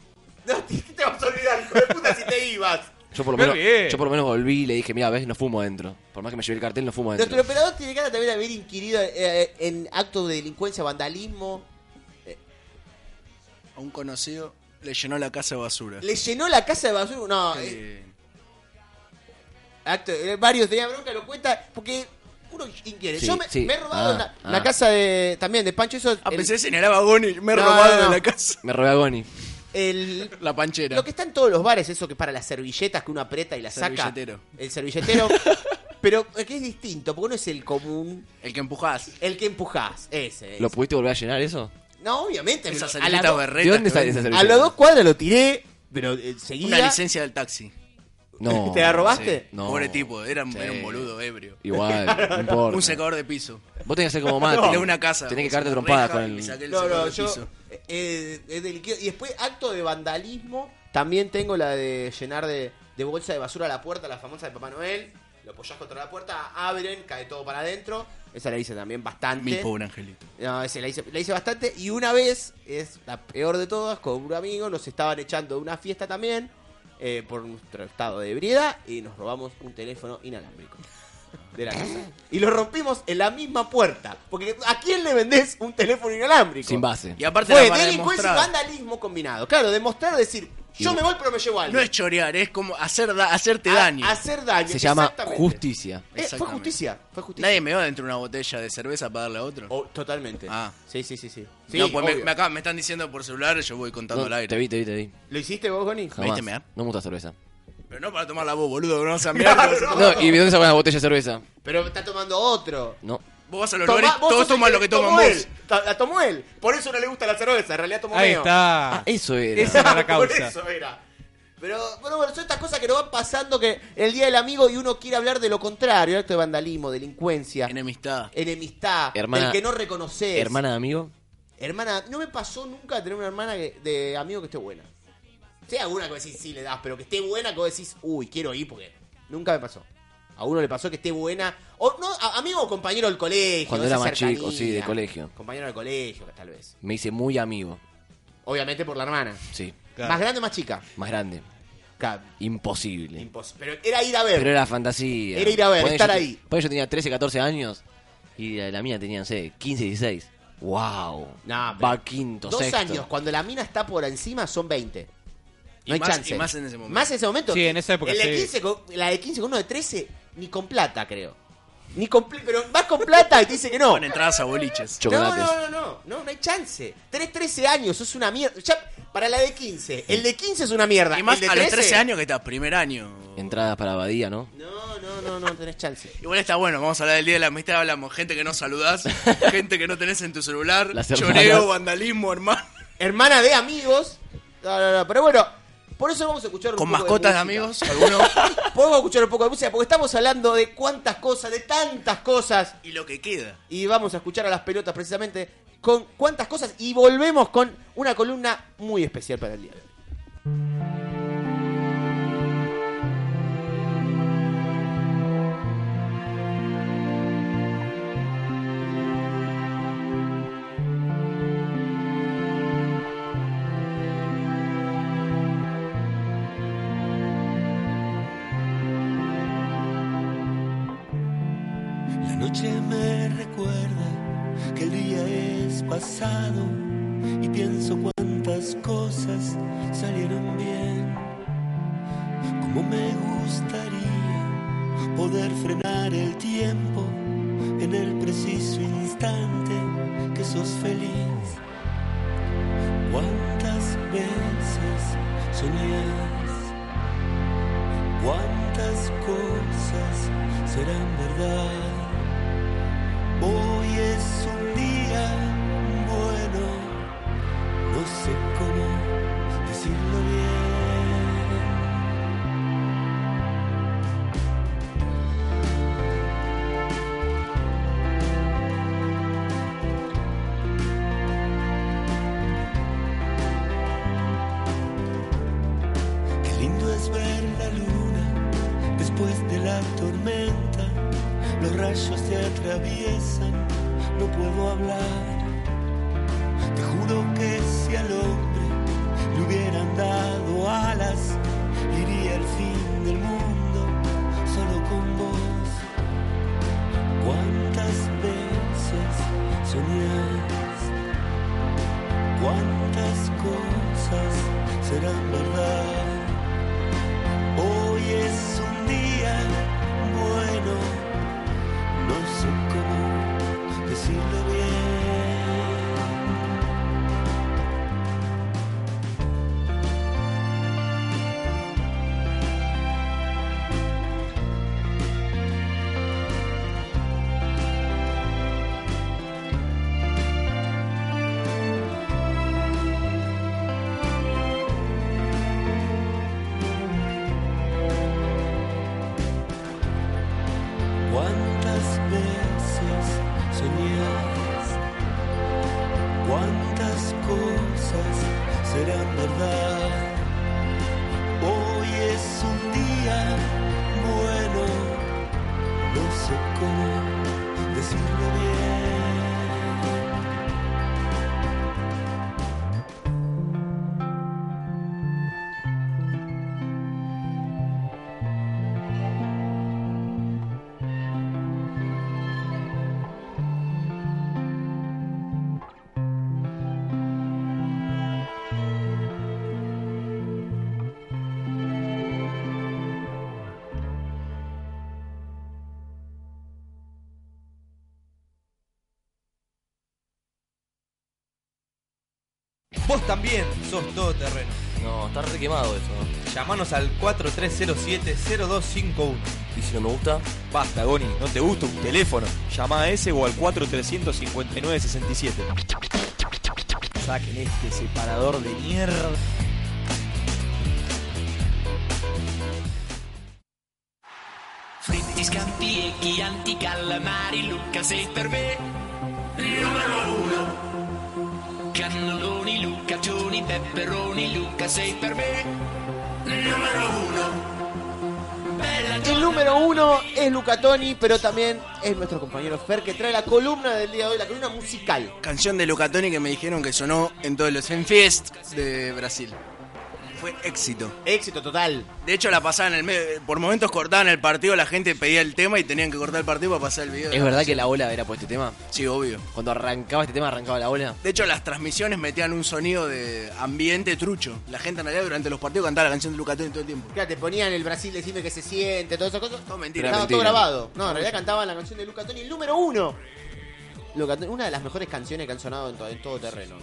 S4: No, ¿qué te vas a olvidar, hijo de puta, si te ibas?
S2: Yo por, lo
S5: Me
S2: menos,
S5: olvidé.
S2: yo por lo menos volví y le dije, mira, ves, no fumo adentro. Por más que me llevé el cartel, no fumo
S4: Nuestro
S2: adentro.
S4: operador tiene cara también de haber inquirido eh, en actos de delincuencia, vandalismo.
S6: A un conocido le llenó la casa de basura.
S4: Le llenó la casa de basura. No, eh,
S6: Eh,
S4: acto- eh, varios tenían bronca, lo cuenta, porque uno inquiere.
S2: Sí,
S4: Yo me,
S2: sí.
S4: me he robado
S2: Ah,
S4: la,
S2: ah.
S4: la casa de también de Pancho. Eso,
S6: ah,
S4: el-
S6: pensé que señalaba a Goni, me he
S4: No,
S6: robado
S4: no, no.
S6: de la casa.
S2: Me robé a Goni.
S4: el-
S6: La panchera.
S4: lo que está en todos los bares, eso que para las servilletas que uno aprieta y las saca.
S6: Servilletero.
S4: El servilletero. pero es que es distinto, porque uno es el común,
S6: El que empujás.
S4: el que empujás. Ese.
S2: ¿Lo
S4: ese.
S2: pudiste volver a llenar eso?
S4: No, obviamente. pero a
S6: Esa
S4: la
S6: servilleta
S4: do-
S6: berreta.
S2: ¿De dónde
S6: que
S2: sale
S6: venden.
S2: esa
S4: A
S2: servilleta?
S4: los dos cuadras lo tiré, pero eh, seguía.
S6: Una licencia del taxi.
S2: No.
S4: ¿Te la robaste?
S2: No.
S6: Pobre tipo, era, un-
S2: Sí.
S6: era un boludo ebrio.
S2: Igual, no importa.
S6: Un secador de piso.
S2: Vos tenés que ser como Mati.
S6: Tiré una casa.
S2: Tenés que
S6: puse
S2: cagarte
S6: una
S2: trompadas
S6: reja
S2: con
S6: y me
S2: el.
S6: saqué el
S4: No,
S6: secador
S4: no,
S6: de
S4: yo.
S6: piso.
S4: eh, es delicado. Y después, acto de vandalismo. También tengo la de llenar de, de bolsa de basura la puerta, la famosa de Papá Noel. Lo apoyás contra la puerta, abren, cae todo para adentro. Esa la hice también bastante.
S6: Mi pobre angelito.
S4: No, ese la hice, la hice bastante. Y una vez, es la peor de todas, con un amigo, nos estaban echando de una fiesta también, eh, por nuestro estado de ebriedad, y nos robamos un teléfono inalámbrico de la casa. Y lo rompimos en la misma puerta. Porque ¿a quién le vendés un teléfono inalámbrico?
S2: Sin base.
S6: Y aparte
S4: Fue
S6: era para
S4: delincuencia y
S6: demostrar.
S4: vandalismo combinado. Claro, demostrar, decir, yo me voy pero me llevo algo.
S6: No es chorear, es como hacer da- hacerte
S4: A-
S6: daño.
S4: Ah, Hacer daño.
S2: Se llama
S4: exactamente.
S2: justicia.
S4: Eh, fue
S6: Exactamente.
S4: justicia, fue justicia.
S6: Nadie me va dentro de una botella de cerveza para darle a otro.
S4: Oh, totalmente.
S6: Ah.
S4: Sí, sí, sí, sí. Sí,
S6: no, pues me,
S4: obvio.
S6: me acá- me están diciendo por celular, yo voy contando
S2: No,
S6: al aire.
S2: Te vi, te vi, te vi.
S4: ¿Lo hiciste vos, Goni?
S2: Jamás.
S6: ¿Viste, mea?
S2: No me gusta cerveza.
S6: Pero no para tomar la voz, boludo, no seas mierda.
S2: No, ¿y de dónde sacas la botella de cerveza?
S4: Pero está tomando otro.
S2: No.
S6: Vos vas a los
S4: Tomá-
S6: lugares,
S4: vos
S6: todos
S4: sos el
S6: toman lo que toman
S4: tomó
S6: vos.
S4: él. Ta- La tomó él. Por eso no le gusta la cerveza. En realidad tomó
S5: Ahí
S4: meo.
S5: está.
S2: Ah, eso era.
S5: Esa era la
S4: Por
S5: causa.
S4: eso era. Pero, pero bueno, son estas cosas que nos van pasando que el día del amigo y uno quiere hablar de lo contrario. Acto de vandalismo, delincuencia,
S6: Enemistad.
S4: enemistad,
S2: Hermana-
S4: el que no reconoces.
S2: Hermana de amigo.
S4: Hermana, no me pasó nunca tener una hermana que- de amigo que esté buena. Sea alguna que vos decís sí le das, pero que esté buena que vos decís, uy, quiero ir porque nunca me pasó. A uno le pasó que esté buena. O no, a- amigo o compañero del colegio.
S2: Cuando
S4: esa
S2: era más chico,
S4: cercanía.
S2: sí, de colegio.
S4: Compañero del colegio, tal vez.
S2: Me hice muy amigo.
S4: Obviamente por la hermana.
S2: Sí.
S5: Claro.
S4: Más grande o más chica.
S2: Más grande.
S4: Claro,
S2: Imposible.
S4: impos- Pero era ir a ver.
S2: Pero era fantasía.
S4: Era ir a ver,
S2: Ponele,
S4: estar
S2: yo te-
S4: ahí.
S2: ponele, yo tenía 13, 14 años y la, la mía tenía, no sé, 15, 16. ¡Wow!
S4: Nah, pero-
S2: Va quinto,
S4: Dos
S2: sexto.
S4: años, cuando la mina está por encima, son 20. No
S6: Y
S4: hay
S6: más-
S4: chance.
S6: y más en ese momento.
S4: Más en ese momento.
S5: Sí, en esa época,
S4: El de
S5: sí.
S4: 15 con- la de 15 con uno de 13, ni con plata, creo. Ni con, pl- pero vas con plata y te dice que no.
S6: Con entradas a boliches.
S4: No, no,
S2: Chocolates.
S4: no, no, no, no hay chance. Tenés 13 años, sos una mierda. Ya, para la de 15, el de 15 es una mierda.
S6: Y más
S4: el de
S6: a los 13 años que estás, primer año.
S2: Entradas para Abadía, ¿no?
S4: No, no, no, no tenés chance.
S6: Igual está bueno, vamos a hablar del día de la amistad, hablamos gente que no saludás, gente que no tenés en tu celular,
S2: Las hermanas.
S6: choreo, vandalismo, hermano.
S4: Hermana de amigos. No, no, no, pero bueno, por eso vamos a escuchar un
S6: Con
S4: poco
S6: mascotas de
S4: música.
S6: amigos, algunos.
S4: Podemos escuchar un poco de música porque estamos hablando de cuántas cosas, de tantas cosas.
S6: y lo que queda.
S4: Y vamos a escuchar a las pelotas precisamente con cuántas cosas. Y volvemos con una columna muy especial para el día de hoy.
S7: La noche me recuerda que el día es pasado y pienso cuántas cosas salieron bien. Como me gustaría poder frenar el tiempo en el preciso instante que sos feliz. ¿Cuántas veces soñás? cuántas cosas serán verdad. Hoy es un día bueno, no sé cómo decirlo bien. Qué lindo es ver la luna después de la tormenta. Los rayos te atraviesan, no puedo hablar. Te juro que si al hombre le hubieran dado alas, iría al fin del mundo solo con vos. ¿Cuántas veces soñás? cuántas cosas serán verdad. Hoy es un día bueno, no sé cómo decirlo bien.
S9: cosas serán verdad. Hoy es un día bueno, no sé cómo decirlo bien.
S10: Vos también sos todoterreno.
S2: No, está re quemado eso.
S10: Llamanos al 4307-0251.
S2: ¿Y si no me gusta?
S10: Basta, Goni, no te gusta un teléfono. Llama a ese o al 4359-67. Saquen este separador de mierda.
S11: Fritti, scampi e chianti, calamari, Luca sei per me. Numero uno. Cannoloni, lucaccioni, pepperoni, Luca sei per me. Numero uno.
S4: El número uno es Luca Toni, pero también es nuestro compañero Fer que trae la columna del día de hoy, la columna musical.
S6: Canción de Lucatoni que me dijeron que sonó en todos los Fest de Brasil. Fue éxito.
S4: Éxito total.
S6: De hecho, la pasaban en el medio. Por momentos cortaban el partido, la gente pedía el tema y tenían que cortar el partido para pasar el video.
S2: ¿Es verdad que la ola era por este tema?
S6: Sí, obvio.
S2: Cuando arrancaba este tema, arrancaba la ola.
S6: De hecho, las transmisiones metían un sonido de ambiente trucho. La gente en realidad durante los partidos cantaba la canción de Lucatoni todo el tiempo.
S4: Claro, te ponían el Brasil, decime que se siente, todas esas cosas. Todo
S6: mentira.
S4: Estaba
S6: Era
S4: todo
S6: mentira.
S4: grabado. No, en realidad cantaban la canción de Luca Toni, el número uno. Luca Toni, una de las mejores canciones que han sonado en todo, en todo terreno.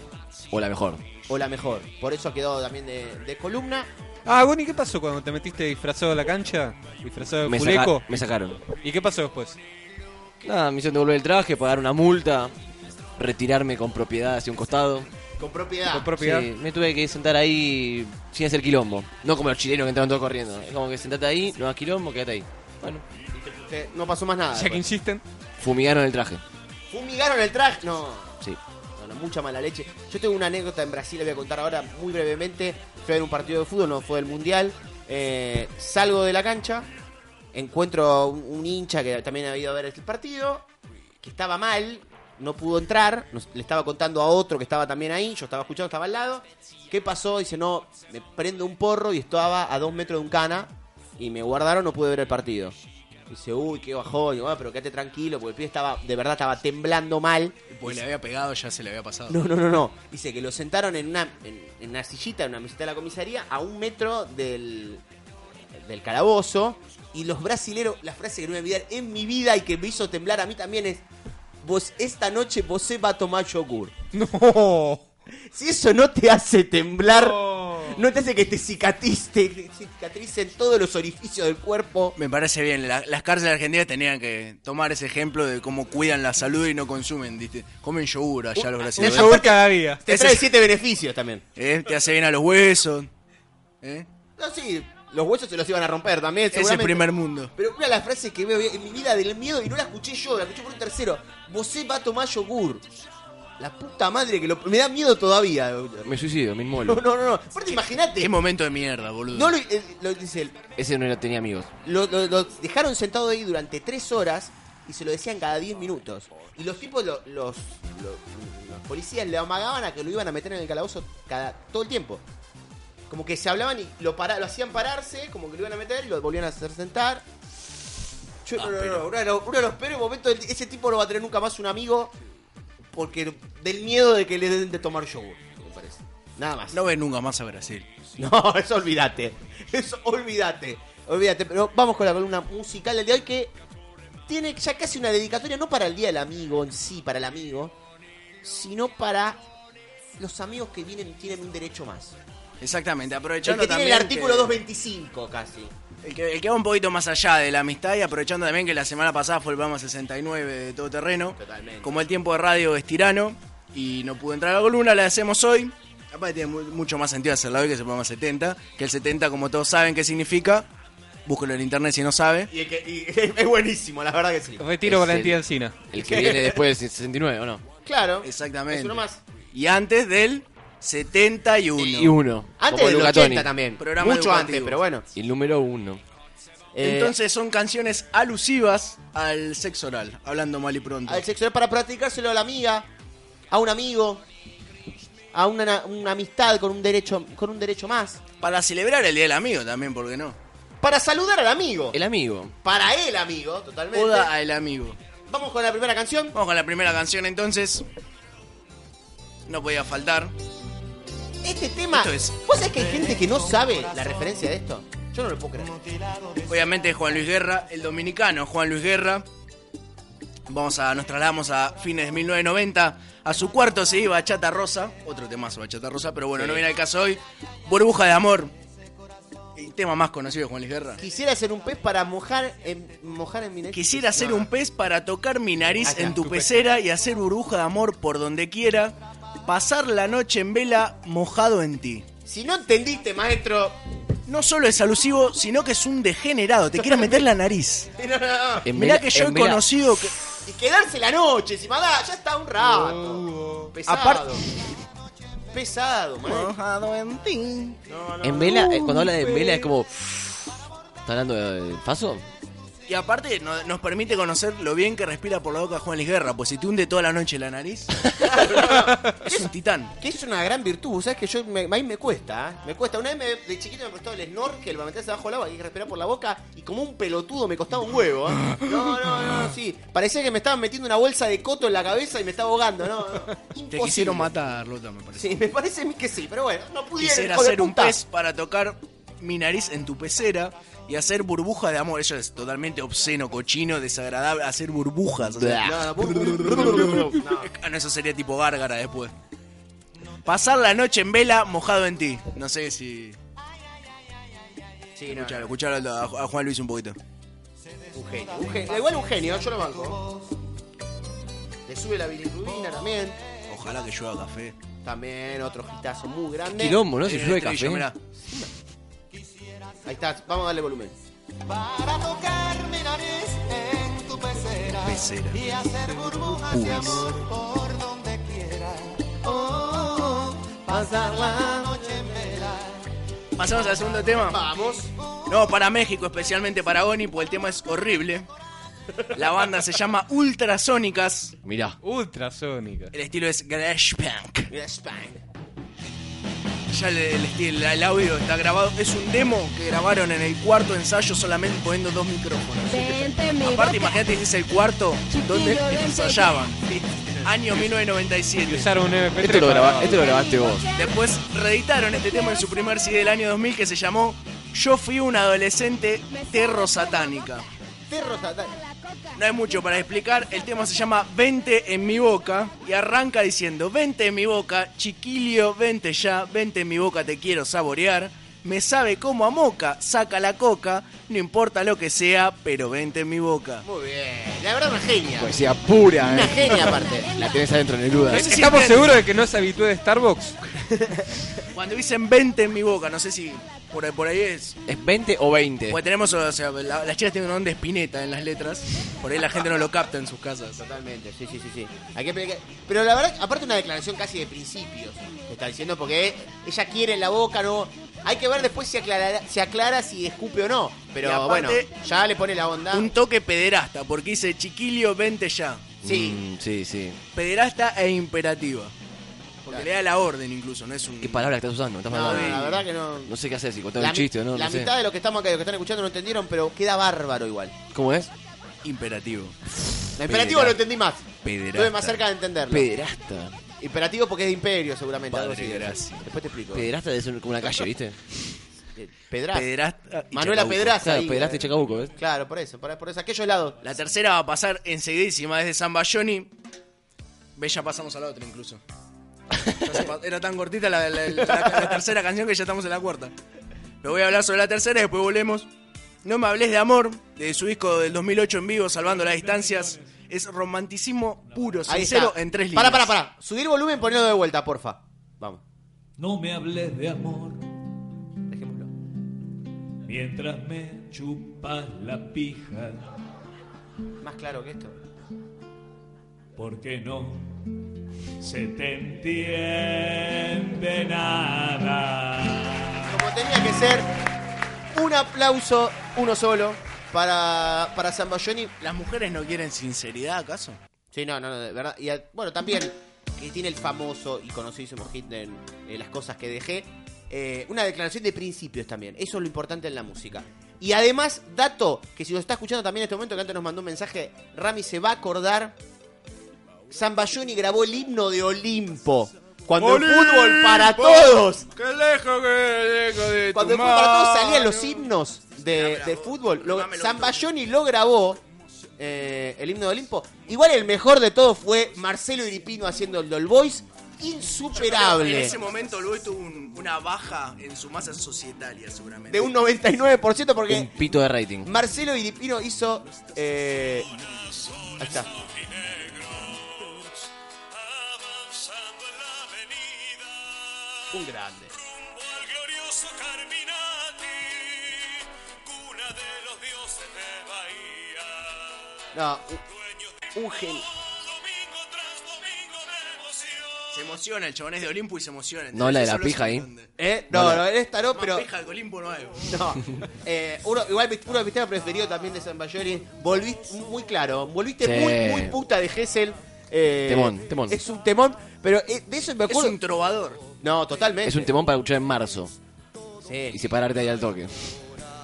S2: O la mejor.
S4: O la mejor. Por eso quedó también de, de columna.
S5: Ah, Goni, ¿qué pasó cuando te metiste disfrazado a la cancha? Disfrazado de
S2: Me, saca-
S5: Juleco.
S2: me sacaron.
S5: ¿Y qué pasó después?
S2: Nada, me hicieron devolver el traje, pagar una multa, retirarme con propiedad hacia un costado.
S4: Con propiedad.
S5: Con propiedad.
S2: Ah, Sí, me tuve que sentar ahí sin hacer quilombo. No como los chilenos que entraron todos corriendo. Es como que sentate ahí, no hagas quilombo, quédate ahí. Bueno,
S4: Te- no pasó más nada.
S2: Ah,
S5: Ya que insisten.
S2: fumigaron el traje.
S4: Fumigaron el traje. No.
S2: Sí.
S4: No, no, mucha mala leche. Yo tengo una anécdota en Brasil, la voy a contar ahora muy brevemente. Fue en un partido de fútbol, no fue del Mundial. Eh, salgo de la cancha, encuentro un, un hincha que también ha ido a ver el partido, que estaba mal, no pudo entrar, nos- le estaba contando a otro que estaba también ahí, yo estaba escuchando, estaba al lado. ¿Qué pasó? Dice, no, me prendo un porro y estaba a dos metros de un cana y me guardaron, no pude ver el partido. Dice, uy, qué bajón, Y digo, "Ah, pero quédate tranquilo, porque el pibe estaba, de verdad, estaba temblando mal.
S6: Pues le había pegado, ya se le había pasado.
S4: No, no, no, no. Dice que lo sentaron en una, en, en una sillita, en una mesita de la comisaría, a un metro del, del calabozo. Y los brasileros, la frase que no me voy a olvidar en mi vida y que me hizo temblar a mí también es: Vos, esta noche vos va a tomar yogur.
S5: No.
S4: Si eso no te hace temblar,
S5: No.
S4: no te hace que te cicatriste, que cicatricen todos los orificios del cuerpo.
S6: Me parece bien, la- las cárceles argentinas tenían que tomar ese ejemplo de cómo cuidan la salud y no consumen, ¿viste? Comen yogur allá
S4: Uh,
S6: los
S5: Un
S6: brasileños.
S5: yogur cada día.
S4: Te
S6: Ese-
S4: trae siete beneficios también.
S6: ¿Eh? Te hace bien a los huesos. ¿eh?
S4: No, sí, los huesos se los iban a romper también,
S6: Es el
S4: seguramente.
S6: primer mundo.
S4: Pero una de las frases que veo en mi vida del miedo y no la escuché yo, la escuché por un tercero. Vosé va a tomar yogur. La puta madre que lo, me da miedo todavía. No,
S2: Me suicido, me inmolo.
S4: no, no. no. Aparte, imagínate.
S6: Es momento de mierda, boludo.
S4: No lo, eh, lo dice él.
S2: Ese no era- tenía amigos.
S4: Lo, lo- lo dejaron sentado ahí durante tres horas y se lo decían cada 10 minutos. Y los tipos, lo- los, lo- los policías le amagaban a que lo iban a meter en el calabozo cada, todo el tiempo. Como que se hablaban y lo, para, lo hacían pararse, como que lo iban a meter y lo volvían a hacer sentar. Yo- no, no, no, uno, de los, uno de los peores momentos, del- ese tipo no va a tener nunca más un amigo porque del miedo de que le den de tomar yogur, me parece. Nada más.
S6: No ves nunca más a Brasil.
S4: No, eso olvídate. Eso olvídate. Olvídate. Pero vamos con la columna musical del día de hoy que tiene ya casi una dedicatoria, no para el día del amigo en sí, para el amigo, sino para los amigos que vienen tienen un derecho más.
S6: Exactamente,
S4: El
S6: aprovechando
S4: que tiene el
S6: también
S4: artículo
S6: que-
S4: 225 casi.
S6: El que, el que va un poquito más allá de la amistad y aprovechando también que la semana pasada fue el programa 69 de Todo Terreno.
S4: Totalmente.
S6: Como el tiempo de radio es tirano y no pudo entrar a la columna, la hacemos hoy. Aparte tiene mu- mucho más sentido hacerla hoy que ese programa 70. Que el 70, como todos saben qué significa, búsquelo en internet si no sabe.
S4: Y, el que- y- es buenísimo, la verdad que sí.
S5: Retiro
S2: Es
S5: Valentía
S2: el-
S5: Encina.
S2: El que viene después del 69, ¿o no?
S4: Claro.
S6: Exactamente.
S4: Es uno más.
S6: Y antes del 71.
S2: Y uno.
S4: Antes
S2: Como
S4: del
S2: Luca
S4: 80
S2: Toni.
S4: también.
S6: Programa
S4: Mucho
S6: educativo.
S4: antes, pero bueno.
S2: El número uno.
S4: Eh,
S6: Entonces son canciones alusivas al sexo oral, hablando mal y pronto.
S4: Al sexo oral para practicárselo a la amiga, a un amigo, a una, una amistad con un derecho con un derecho más.
S6: Para celebrar el Día del Amigo también, ¿por qué no?
S4: Para saludar al amigo.
S2: Eh, El amigo.
S4: Para el amigo, totalmente.
S6: Oda al amigo.
S4: Vamos con la primera canción.
S6: Vamos con la primera canción entonces. No podía faltar.
S4: Este tema.
S6: Esto es.
S4: ¿Vos sabés que hay gente que no sabe la referencia de esto? Yo no lo puedo creer.
S6: Obviamente Juan Luis Guerra, el dominicano Juan Luis Guerra. Vamos a, nos trasladamos a fines de 1990. A su cuarto se iba Bachata Rosa. Otro temazo Bachata Rosa, pero bueno,
S4: Sí.
S6: no viene al caso hoy. Burbuja de Amor. El tema más conocido de Juan Luis Guerra.
S4: Quisiera ser un pez para mojar en, mojar en mi nariz.
S6: Quisiera ser un pez para tocar mi nariz
S4: Acá,
S6: en tu
S4: tu
S6: pecera y hacer burbuja de amor por donde quiera. Pasar la noche en vela mojado en ti.
S4: Si no entendiste, maestro.
S6: No solo es alusivo, sino que es un degenerado. Te quiere meter la nariz.
S4: No, no, no.
S6: Mirá que yo he conocido que.
S4: Y quedarse la noche, encima da, ya está un rato. Pesado.
S6: Oh. Aparte-
S4: Pesado, maestro.
S6: Mojado en ti.
S2: En vela, eh, cuando habla de vela es como. ¿Está hablando de de Faso?
S6: Y aparte no- nos permite conocer lo bien que respira por la boca Juan Luis Guerra, pues si te hunde toda la noche la nariz, es un titán.
S4: Que es una gran virtud, ¿sabes? Que yo, me, a mí me cuesta, ¿eh? Me cuesta. Una vez me- de chiquito me costó el snorkel para meterse abajo del agua y respirar por la boca y como un pelotudo me costaba un huevo, ¿eh? No, no, no, sí. Parecía que me estaban metiendo una bolsa de coto en la cabeza y me estaba ahogando, ¿no? no.
S6: Te
S4: Imposible.
S6: quisieron matar, Lota, me parece.
S4: Sí, me parece a mí que sí, pero bueno, no pudieron.
S6: Quisiera
S4: hijo de
S6: ser un
S4: puta.
S6: pez para tocar mi nariz en tu pecera y hacer burbuja de amor. Eso es totalmente obsceno, cochino, desagradable, hacer burbujas. o sea,
S4: No, no, bu- bu- bu- bu- bu- no.
S6: Ah, no, eso sería tipo gárgara después. Pasar la noche en vela mojado en ti. No sé si...
S4: Sí, no,
S6: Escuchalo, escuchalo a a Juan Luis un poquito.
S4: Un genio. Un genio. Igual un genio, yo lo banco. Le sube la bilirrubina también.
S6: Ojalá que llueva café.
S4: También otro hitazo muy grande.
S2: Quilombo, ¿no? Si
S6: Eh,
S2: llueve
S4: este
S6: estribillo,
S2: café.
S6: mirá.
S4: Ahí está, vamos a darle volumen.
S12: Para tocar mi nariz en tu pecera.
S6: Pecera.
S12: Y hacer burbujas de
S6: Pubis.
S12: amor por donde quiera. Oh, pasar la noche en vela.
S6: Pasamos al segundo tema.
S4: Vamos.
S6: No, para México, especialmente para Oni, porque el tema es horrible. La banda se llama Ultrasónicas.
S2: Mirá.
S5: Ultrasónica.
S6: El estilo es garage punk.
S4: Yes, bang.
S6: Ya el, el estilo- el audio está grabado. Es un demo que grabaron en el cuarto ensayo solamente poniendo dos micrófonos.
S3: Vente, mi
S6: Aparte,
S3: boca.
S6: imagínate que es el cuarto donde
S3: Chiquillo, vente.
S6: ensayaban. Año 1997.
S5: Usaron un MP3
S2: Esto lo,
S5: para-
S2: graba- esto lo grabaste vos.
S6: Después reeditaron este tema en su primer CD del año 2000 que se llamó Yo fui una adolescente terro satánica.
S4: Terro satán.
S6: No hay mucho para explicar, el tema se llama Vente en mi boca y arranca diciendo Vente en mi boca, chiquilio, vente ya, vente en mi boca, te quiero saborear. Me sabe como a moca, saca la coca, no importa lo que sea, pero vente en mi boca.
S4: Muy bien. La verdad, una genia.
S2: Poesía pura,
S4: Una
S2: eh.
S4: genia aparte.
S2: La tenés adentro, Neruda.
S6: No sé si
S5: ¿Estamos
S6: entienden.
S5: seguros de que no se habitúe de Starbucks?
S6: Cuando dicen vente en mi boca, no sé si por ahí, por ahí es.
S2: ¿Es 20 o 20?
S6: Porque tenemos, o sea, la- las chicas tienen un don de espineta en las letras, por ahí la gente no lo capta en sus casas.
S4: Totalmente, sí, sí, sí, sí. Hay que- hay que- Pero la verdad, aparte una declaración casi de principios. que Está diciendo porque ella quiere en la boca, no. Hay que ver después si aclara, si aclara si escupe o no. Pero
S6: Y aparte-
S4: bueno, ya le pone la onda.
S6: Un toque pederasta, porque dice chiquilio, vente ya.
S4: Sí.
S2: Mm, sí, sí.
S6: Pederasta e imperativa. Porque
S4: Claro.
S6: le da la orden incluso, no es un.
S2: ¿Qué palabra estás usando? Estás
S4: No,
S2: hablando-
S4: la verdad que no.
S2: Mm, no sé qué hacer, si contar
S4: La,
S2: un
S4: mi-
S2: chiste o no.
S4: la
S2: no sé.
S4: mitad de los que estamos acá, los que están escuchando no entendieron, pero queda bárbaro igual.
S2: ¿Cómo es?
S6: Imperativo.
S4: La imperativo
S6: Pederasta.
S4: lo entendí más.
S6: Pederasta.
S4: Estuve más cerca de entenderlo.
S2: Pederasta.
S4: Imperativo porque es de imperio, seguramente. algo
S6: Padre,
S4: así.
S6: gracias.
S4: Después te explico.
S2: Pederasta debe ser como una calle, ¿viste?
S4: Eh, Pedraz.
S6: Pederasta. y
S4: Manuela Pedraz.
S6: Chacabuco.
S2: Claro,
S4: ahí,
S2: pederasta
S4: eh.
S2: y Chacabuco, ¿ves?
S4: Claro, por eso, por, por eso. Aquellos lados.
S6: La tercera va a pasar enseguidísima desde San Bayoni. Ve, ya pasamos a la otra incluso. Ya se pa- Era tan cortita la, la- la- la- la tercera canción que ya estamos en la cuarta. Pero voy a hablar sobre la tercera y después volvemos. No me hables de amor, de su disco del 2008 en vivo, Salvando las Distancias. Es romanticismo puro,
S4: Ahí
S6: sincero,
S4: está.
S6: en tres líneas.
S4: Para, para, para. Subir el volumen, ponelo de vuelta, porfa. Vamos.
S13: No me hables de amor
S4: Dejémoslo.
S13: mientras me chupas la pija.
S4: Más claro que esto.
S13: ¿Por qué no? se te entiende nada.
S4: Como tenía que ser, un aplauso, uno solo, para, para San Bayoni.
S6: ¿Las mujeres no quieren sinceridad, acaso?
S4: Sí, no, no, no, de verdad. Y a- bueno, también, que tiene el famoso y conocidísimo hit de eh, Las cosas que dejé. eh, una declaración de principios también. Eso es lo importante en la música. Y además, dato, que si lo está escuchando también en este momento, que antes nos mandó un mensaje, Rami se va a acordar. San Bayoni grabó el himno de Olimpo. Cuando el fútbol para todos
S12: ¡Qué lejos, qué lejos de
S4: cuando
S12: tu
S4: el fútbol para todos
S12: mano!
S4: salían los himnos de, de fútbol, lo, Zambayoni lo grabó, eh, el himno de Olimpo. Igual el mejor de todo fue Marcelo Iripino haciendo el Doll Boys,
S6: En
S4: insuperable.
S6: ese momento Luis tuvo un- una baja en su masa societaria, seguramente.
S4: De un 99% porque
S2: Un pito de rating.
S4: Marcelo Iripino hizo... eh, ahí está. Un grande. No, un, un genio.
S6: Se emociona, el chabón es de Olimpo y se emociona.
S2: No habla de la
S6: Solo
S2: pija
S6: se
S2: ahí.
S6: entiende.
S4: ¿Eh? No, no, él es tarot,
S6: Más
S4: pero...
S6: pija que Olimpo no hay.
S4: No. Eh, uno, igual uno de mis temas preferidos también de San Bayori. Volviste muy claro. Volviste
S2: Sí.
S4: muy, muy puta de Gessel. Eh,
S2: Temón, temón.
S4: Es un temón, pero eh, de eso me acuerdo. Es un
S6: trovador.
S4: No, totalmente.
S2: Es un temón para escuchar en marzo.
S4: Sí.
S2: Y separarte ahí al toque.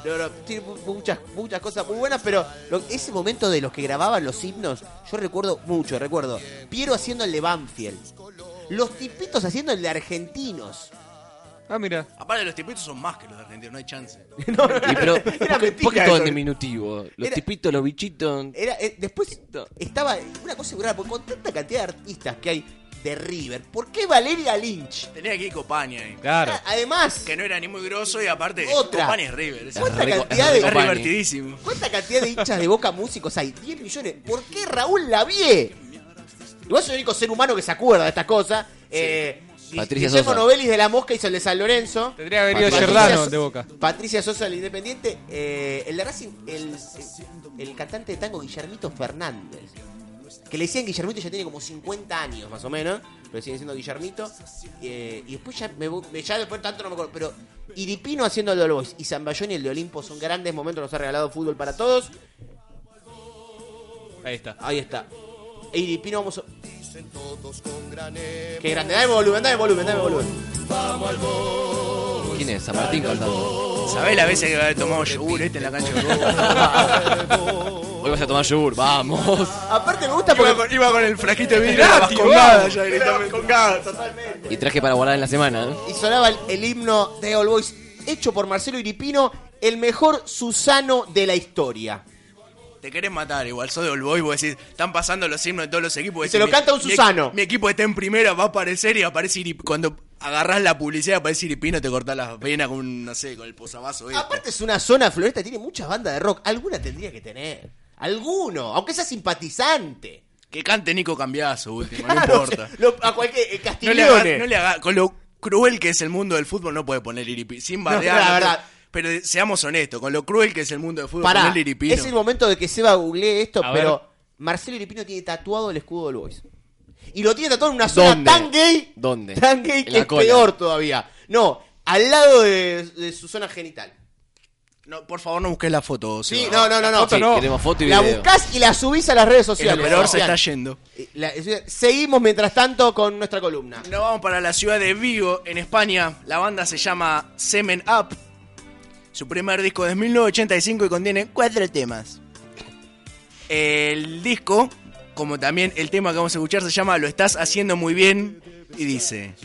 S4: No, no, tiene mu- muchas, muchas cosas muy buenas, pero lo- ese momento de los que grababan los himnos, yo recuerdo mucho, recuerdo. Piero haciendo el de Banfield. Los tipitos haciendo el de argentinos.
S5: Ah, mira.
S6: Aparte, los tipitos son más que los de Argentina, no hay chance.
S2: Y pero, ¿por qué- ¿por qué
S4: mentira
S2: todo en
S4: eso.
S2: diminutivo? Los
S4: Era-
S2: tipitos, los bichitos.
S4: Era, eh, después estaba una cosa muy rara, porque con tanta cantidad de artistas que hay de River, ¿por qué Valeria Lynch?
S6: Tenía que ir Copani ahí.
S5: Claro.
S4: Además,
S6: Que no era ni muy grosso y aparte,
S4: Otra.
S6: Copani es River. es-
S4: ¿Cuánta
S6: es
S4: cantidad de-
S6: es
S4: Copani.
S6: divertidísimo.
S4: ¿cuánta cantidad de hinchas de Boca músicos hay? 10 millones. ¿Por qué Raúl Lavie? Igual soy el único ser humano que se acuerda de estas cosas. Eh, Gui-
S2: Patricia
S4: Guillermo
S2: Sosa.
S4: Novelis de la Mosca hizo el de San Lorenzo.
S5: Tendría que haber ido
S4: Patricia
S5: Giordano
S4: Sosa-
S5: de Boca.
S4: Patricia Sosa, el Independiente. eh, el de Racing, el, el cantante de tango Guillermito Fernández. Que le decían Guillermito, ya tiene como 50 años más o menos. Pero siguen siendo Guillermito. eh, y después ya, me, me- ya después tanto no me acuerdo. Pero Iripino haciendo el de All Boys y Zambayón y el de Olimpo son grandes momentos. Nos ha regalado fútbol para todos.
S5: Ahí está.
S4: Ahí está. E Iripino vamos. a-
S12: Dicen todos con gran
S4: Qué grande. Dame volumen, dame volumen, dame volumen.
S12: Vamos al gol.
S2: ¿Quién es? San Martín cantando.
S6: ¿Sabés las veces que había tomado yogur este en la cancha? de Boca?
S2: Hoy vas a tomar yogur, vamos.
S4: Aparte me gusta
S6: iba, con, iba con el frasquito de vidrio
S2: Gratis,
S6: con nada
S2: vamos.
S6: ya directamente.
S2: Y traje para guardar en la semana. ¿eh?
S4: Y sonaba el, el himno de All Boys, hecho por Marcelo Iripino, el mejor Susano de la historia.
S6: Te querés matar igual, sos de All Boys, vos decís, están pasando los himnos de todos los equipos.
S4: Y
S6: decís,
S4: se lo
S6: mi-
S4: canta un
S6: mi-
S4: Susano.
S6: Mi, equipo está en primera, va a aparecer y aparece Irip- Cuando agarrás la publicidad aparece Iripino, te cortás la pena con, un, no sé, con el posavasos. este.
S4: Aparte es una zona floresta, tiene muchas bandas de rock. Alguna tendría que tener. Alguno, aunque sea simpatizante.
S6: Que cante Nico Cambiazo, último,
S4: Claro,
S6: no importa.
S4: lo- a cualquier eh,
S6: No le haga-
S4: Castiglione.
S6: no le haga- con lo cruel que es el mundo del fútbol no puede poner Iripino. Sin bardear.
S4: la
S6: no
S4: verdad.
S6: puede- pero eh, seamos honestos, con lo cruel que es el mundo del fútbol,
S4: Pará,
S6: poner Iripino.
S4: es el momento de que Seba googlee esto,
S6: A
S4: pero
S6: ver.
S4: Marcelo Iripino tiene tatuado el escudo del Boys. Y lo tiene tatuado en una zona
S2: ¿Dónde?
S4: tan gay,
S2: ¿Dónde?
S4: tan gay
S2: En
S4: que
S2: la
S4: es
S2: cola.
S4: peor todavía. No, al lado de, de su zona genital.
S6: No, por favor, no busques la foto.
S4: Sí, no,
S6: Seba.
S4: no, no, no.
S6: Foto
S4: Sí,
S6: no.
S2: queremos foto y
S4: La
S2: video.
S4: buscás y la subís a las redes sociales.
S6: El operador se
S4: Sebastián.
S6: está yendo.
S4: La- seguimos mientras tanto con nuestra columna.
S6: Nos vamos para la ciudad de Vigo, en España. La banda se llama Semen Up. Su primer disco es 1985 y contiene cuatro temas. El disco, como también el tema que vamos a escuchar, se llama Lo estás haciendo muy bien. Y dice.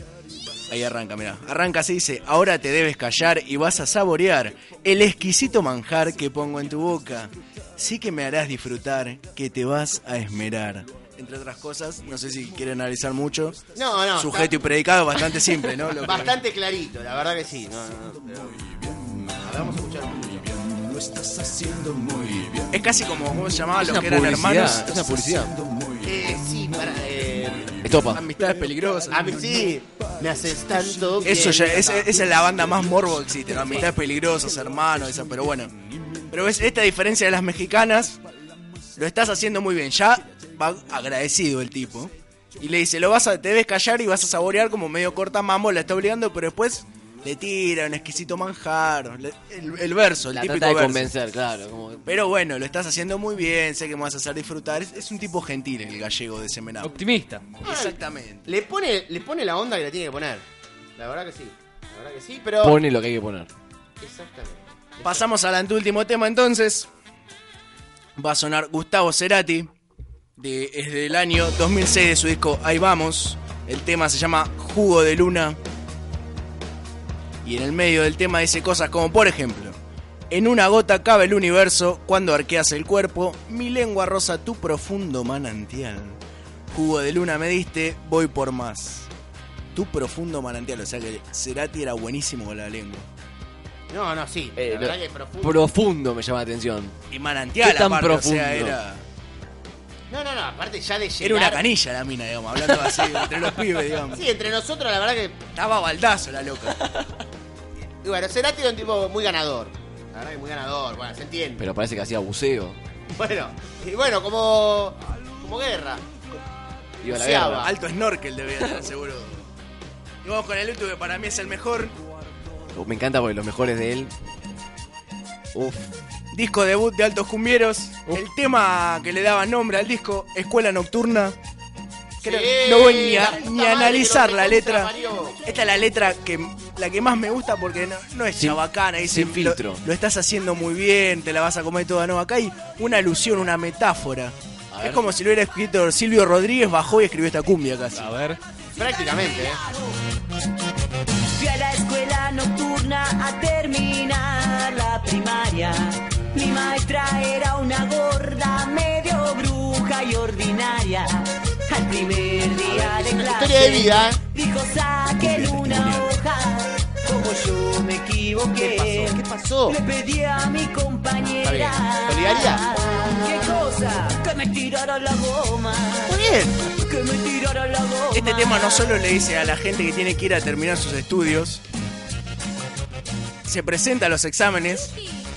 S6: Ahí arranca, mirá. Arranca así, dice. Ahora te debes callar y vas a saborear el exquisito manjar que pongo en tu boca. Sí que me harás disfrutar, que te vas a esmerar. Entre otras cosas, no sé si quieren analizar mucho.
S4: No, no.
S6: Sujeto y predicado bastante simple, ¿no? Lo que-
S4: Bastante clarito, la verdad que sí. No, no, no, pero- A ver, vamos a escuchar.
S12: Lo estás haciendo muy bien.
S6: Es casi como, ¿cómo se llamaba?
S2: Es
S6: Los
S2: una
S6: que eran
S2: publicidad,
S6: hermanos.
S2: es una publicidad.
S4: Eh, sí, para. Eh,
S2: Estopa.
S6: Amistades peligrosas.
S4: a mí Ah, sí. Me haces tanto.
S6: Eso
S4: bien.
S6: ya, es- esa es la banda más morbo que existe, ¿no? Amistades peligrosas, hermanos, esa, pero bueno. Pero ves, esta diferencia de las mexicanas, lo estás haciendo muy bien. Ya va agradecido el tipo. Y le dice, lo vas a, te debes callar y vas a saborear como medio corta mambo, la está obligando, pero después le tira un exquisito manjar. le- el, el verso, el
S2: La
S6: típico
S2: trata de
S6: verso.
S2: convencer, claro. como-
S6: Pero bueno, lo estás haciendo muy bien, sé que me vas a hacer disfrutar. Es, es un tipo gentil el gallego de Semenado.
S5: Optimista.
S6: Exactamente.
S4: Le pone, le pone la onda que le tiene que poner. La verdad que sí. La verdad que sí, pero.
S2: Pone lo que hay que poner.
S4: Exactamente.
S6: Pasamos al anteúltimo tema entonces. Va a sonar Gustavo Cerati. De, es del año 2006 de su disco Ahí Vamos. El tema se llama Jugo de Luna. Y en el medio del tema dice cosas como, por ejemplo, en una gota cabe el universo, cuando arqueas el cuerpo, mi lengua rosa tu profundo manantial. Jugo de luna me diste, voy por más. Tu profundo manantial, o sea que Cerati era buenísimo con la lengua.
S4: No, no, sí. La
S2: lo-
S4: verdad Eh, que es profundo.
S2: Profundo me llama la atención.
S6: Y manantial,
S2: ¿Qué tan
S6: aparte, o sea,
S2: profundo?
S6: era...
S4: No, no, no. Aparte ya de
S6: Era
S4: llegar.
S6: una canilla la mina, digamos, hablando así entre los pibes, digamos.
S4: Sí, entre nosotros la verdad que.
S6: Estaba baldazo la loca.
S4: Y bueno, Cerati era un tipo muy ganador. La verdad que muy ganador. Bueno, se entiende.
S2: Pero parece que hacía buceo.
S4: Bueno, y bueno, como. Como guerra.
S2: Iba a la
S4: Buceaba.
S2: guerra.
S6: Alto snorkel debía tener, seguro. Y vamos con el último que para mí es el mejor.
S2: Me encanta porque los mejores de él. Uf.
S6: Disco debut de Altos Cumbieros. El tema que le daba nombre al disco, Escuela Nocturna. Creo-
S4: Sí,
S6: no voy ni
S4: la
S6: a,
S4: puta
S6: ni a
S4: madre
S6: analizar
S4: que lo
S6: la
S4: recontra
S6: letra.
S4: parió.
S6: Esta es la letra que la que más me gusta porque no, no es
S2: Sin-
S6: chabacana. Dice,
S2: sin
S6: lo-
S2: filtro.
S6: Lo, estás haciendo muy bien, te la vas a comer toda. No, acá hay una alusión, una metáfora. Es
S2: ver.
S6: como si lo hubiera escrito Silvio Rodríguez, bajó y escribió esta cumbia casi.
S5: A ver.
S4: Prácticamente, ¿eh?
S14: Fui a la escuela nocturna a terminar la primaria. Mi maestra era una gorda, medio bruja y ordinaria. Al primer día de
S4: una
S14: clase.
S4: historia de vida, ¿eh?
S14: Dijo, saquen una hoja. Como yo me equivoqué.
S4: ¿Qué pasó?
S14: Le pedí a mi compañera.
S4: Oh. Está bien. Solidaridad.
S14: ¿Qué cosa? Que me tiraron la goma.
S4: Muy bien.
S14: Que me tiraron la goma.
S6: Este tema no solo le dice a la gente que tiene que ir a terminar sus estudios, se presenta a los exámenes,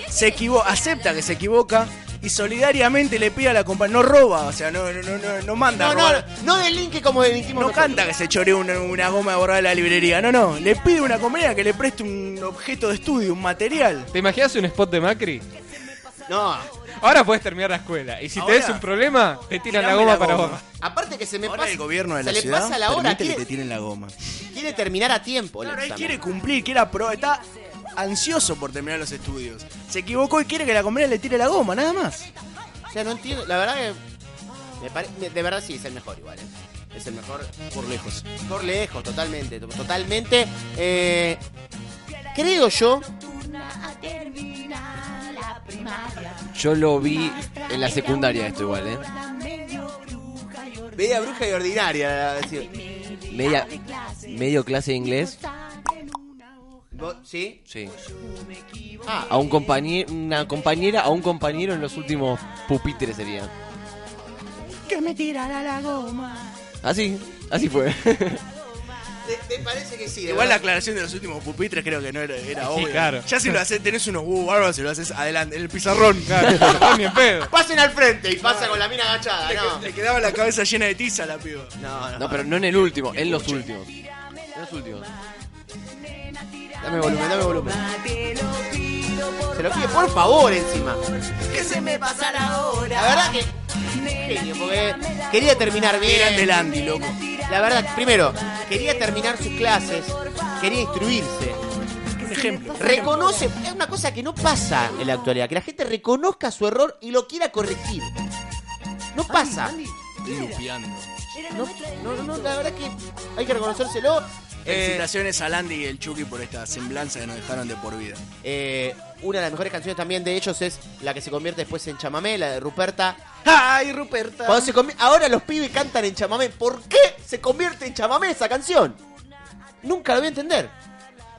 S6: se equivo- acepta que se equivoca y solidariamente le pide a la compañía, no roba, o sea, no, no, no, no, no manda
S4: No,
S6: a
S4: no,
S6: robar.
S4: no delinque como delinquimos.
S6: No
S4: nosotros.
S6: canta que se choreó una, una goma de borrar de la librería, no, no, le pide a una compañera que le preste un objeto de estudio, un material.
S5: ¿Te imaginas un spot de Macri?
S4: No.
S5: Ahora puedes terminar la escuela. Y si
S6: Ahora,
S5: te des un problema, te tiran la
S6: tirame
S5: goma
S6: la
S5: para
S6: goma.
S5: vos.
S4: Aparte que se me
S6: Ahora
S4: pasa.
S6: el gobierno de
S4: se
S6: la
S4: le
S6: ciudad
S4: pasa la hora.
S6: permite que
S4: Quiere,
S6: te tiren la goma.
S4: quiere terminar a tiempo. el
S6: Claro, él
S4: examen.
S6: quiere cumplir, quiere apro- está ansioso por terminar los estudios. Se equivocó y quiere que la compañera le tire la goma, nada más.
S4: O sea, no entiendo. La verdad que. me pare- me- De verdad sí, es el mejor igual, ¿eh? Es el mejor.
S6: Por lejos.
S4: Por lejos, totalmente. to- Totalmente. Eh, creo yo.
S2: Yo lo vi en la secundaria esto igual, eh.
S4: Media bruja y ordinaria, la verdad, sí.
S2: Media, medio clase de inglés.
S4: ¿Vos- ¿Sí?
S2: Sí.
S4: Ah,
S2: A un compañero, una compañera, a un compañero en los últimos pupitres sería.
S14: Que me tirara la goma.
S2: Así, Ah, así fue.
S4: ¿te, te parece que sí? de
S6: Igual
S4: verdad?
S6: la aclaración de los últimos pupitres creo que no era, era
S5: Sí,
S6: obvia.
S5: claro.
S6: Ya si lo haces, tenés unos huevos bárbaros, si lo haces adelante, en el pizarrón.
S5: Claro, no, ni en pedo.
S4: Pasen al frente y pasa con la mina agachada, no.
S6: Le quedaba la cabeza llena de tiza a la piba.
S4: No, no.
S2: No, pero no en el último, en los últimos. En los últimos.
S4: Dame volumen, dame volumen.
S14: Te lo pido por
S4: Se lo pide por favor encima.
S14: que se me pasara ahora.
S4: La verdad que. Genio, porque quería terminar bien.
S6: Eran del Andy, loco.
S4: La verdad, primero, quería terminar sus clases, quería instruirse.
S6: Un ejemplo.
S4: Reconoce, es una cosa que no pasa en la actualidad, que la gente reconozca su error y lo quiera corregir. No pasa.
S6: Lupeando.
S4: No, no, no, la verdad que hay que reconocérselo. Eh,
S6: Felicitaciones a Landy y el Chucky por esta semblanza que nos dejaron de por vida.
S4: eh, una de las mejores canciones también de ellos es la que se convierte después en chamamé, la de Ruperta.
S6: ¡Ay, Ruperta!
S4: Cuando se convi- Ahora los pibes cantan en chamamé. ¿Por qué se convierte en chamamé esa canción? Nunca lo voy a entender.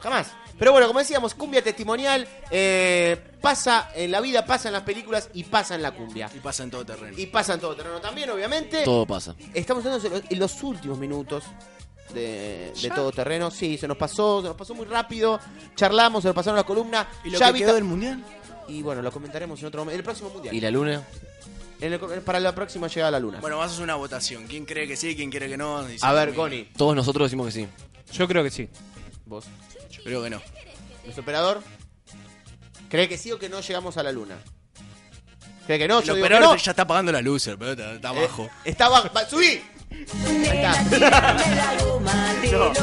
S4: Jamás. Pero bueno, como decíamos, cumbia testimonial eh, pasa en la vida, pasa en las películas y pasa en la cumbia.
S6: Y pasa en todo terreno.
S4: Y pasa en todo terreno también, obviamente.
S2: Todo pasa.
S4: Estamos hablando de los- en los últimos minutos de, de todo terreno. Sí, se nos pasó, se nos pasó muy rápido. Charlamos, se nos pasaron la columna.
S6: ¿Y lo
S4: Ya
S6: que
S4: vi-
S6: quedó del mundial?
S4: Y bueno, lo comentaremos en otro momento. El próximo mundial.
S2: ¿Y la luna?
S4: En el- para la próxima llegada a la luna.
S6: Bueno, vas a hacer una votación. ¿Quién cree que sí? ¿Quién cree que no? Y
S4: A
S6: sí,
S4: ver,
S6: muy bien.
S4: Connie.
S2: Todos nosotros decimos que sí.
S5: Yo creo que sí.
S4: ¿Vos?
S6: Yo creo que no.
S4: ¿Nuestro operador? ¿Cree que sí o que no llegamos a la luna? ¿Cree que no?
S6: el
S4: Yo digo que
S6: operador
S4: no.
S6: ya está apagando la luz, el operador está, está
S4: Eh,
S6: abajo.
S4: Está abajo. Va, ¡Subí! Ahí está. No.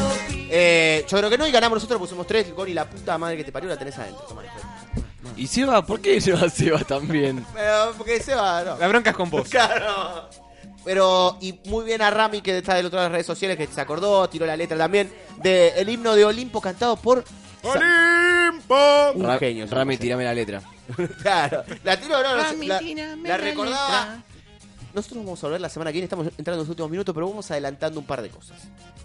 S4: Eh, yo creo que no y ganamos nosotros, pusimos tres. Goni, la puta madre que te parió, la tenés adentro. Tomá, hijo de-
S2: ¿Y Seba? ¿Por qué lleva a Seba también?
S4: Pero, porque se va, no.
S2: La bronca es con vos.
S4: Claro. Pero, y muy bien a Rami, que está del otro lado de las redes sociales, que se acordó, tiró la letra también, del el himno de Olimpo cantado por... ¡Olimpo! Un
S2: Ra-
S4: genio. ese
S2: Rami,
S4: muchacho.
S2: tirame la letra.
S4: Claro. La tiró, no, no,
S12: Rami,
S4: la,
S12: tirame
S4: la
S12: la
S4: recordaba. Nosotros vamos a volver la semana que viene, estamos entrando en los últimos minutos, pero vamos adelantando un par de cosas.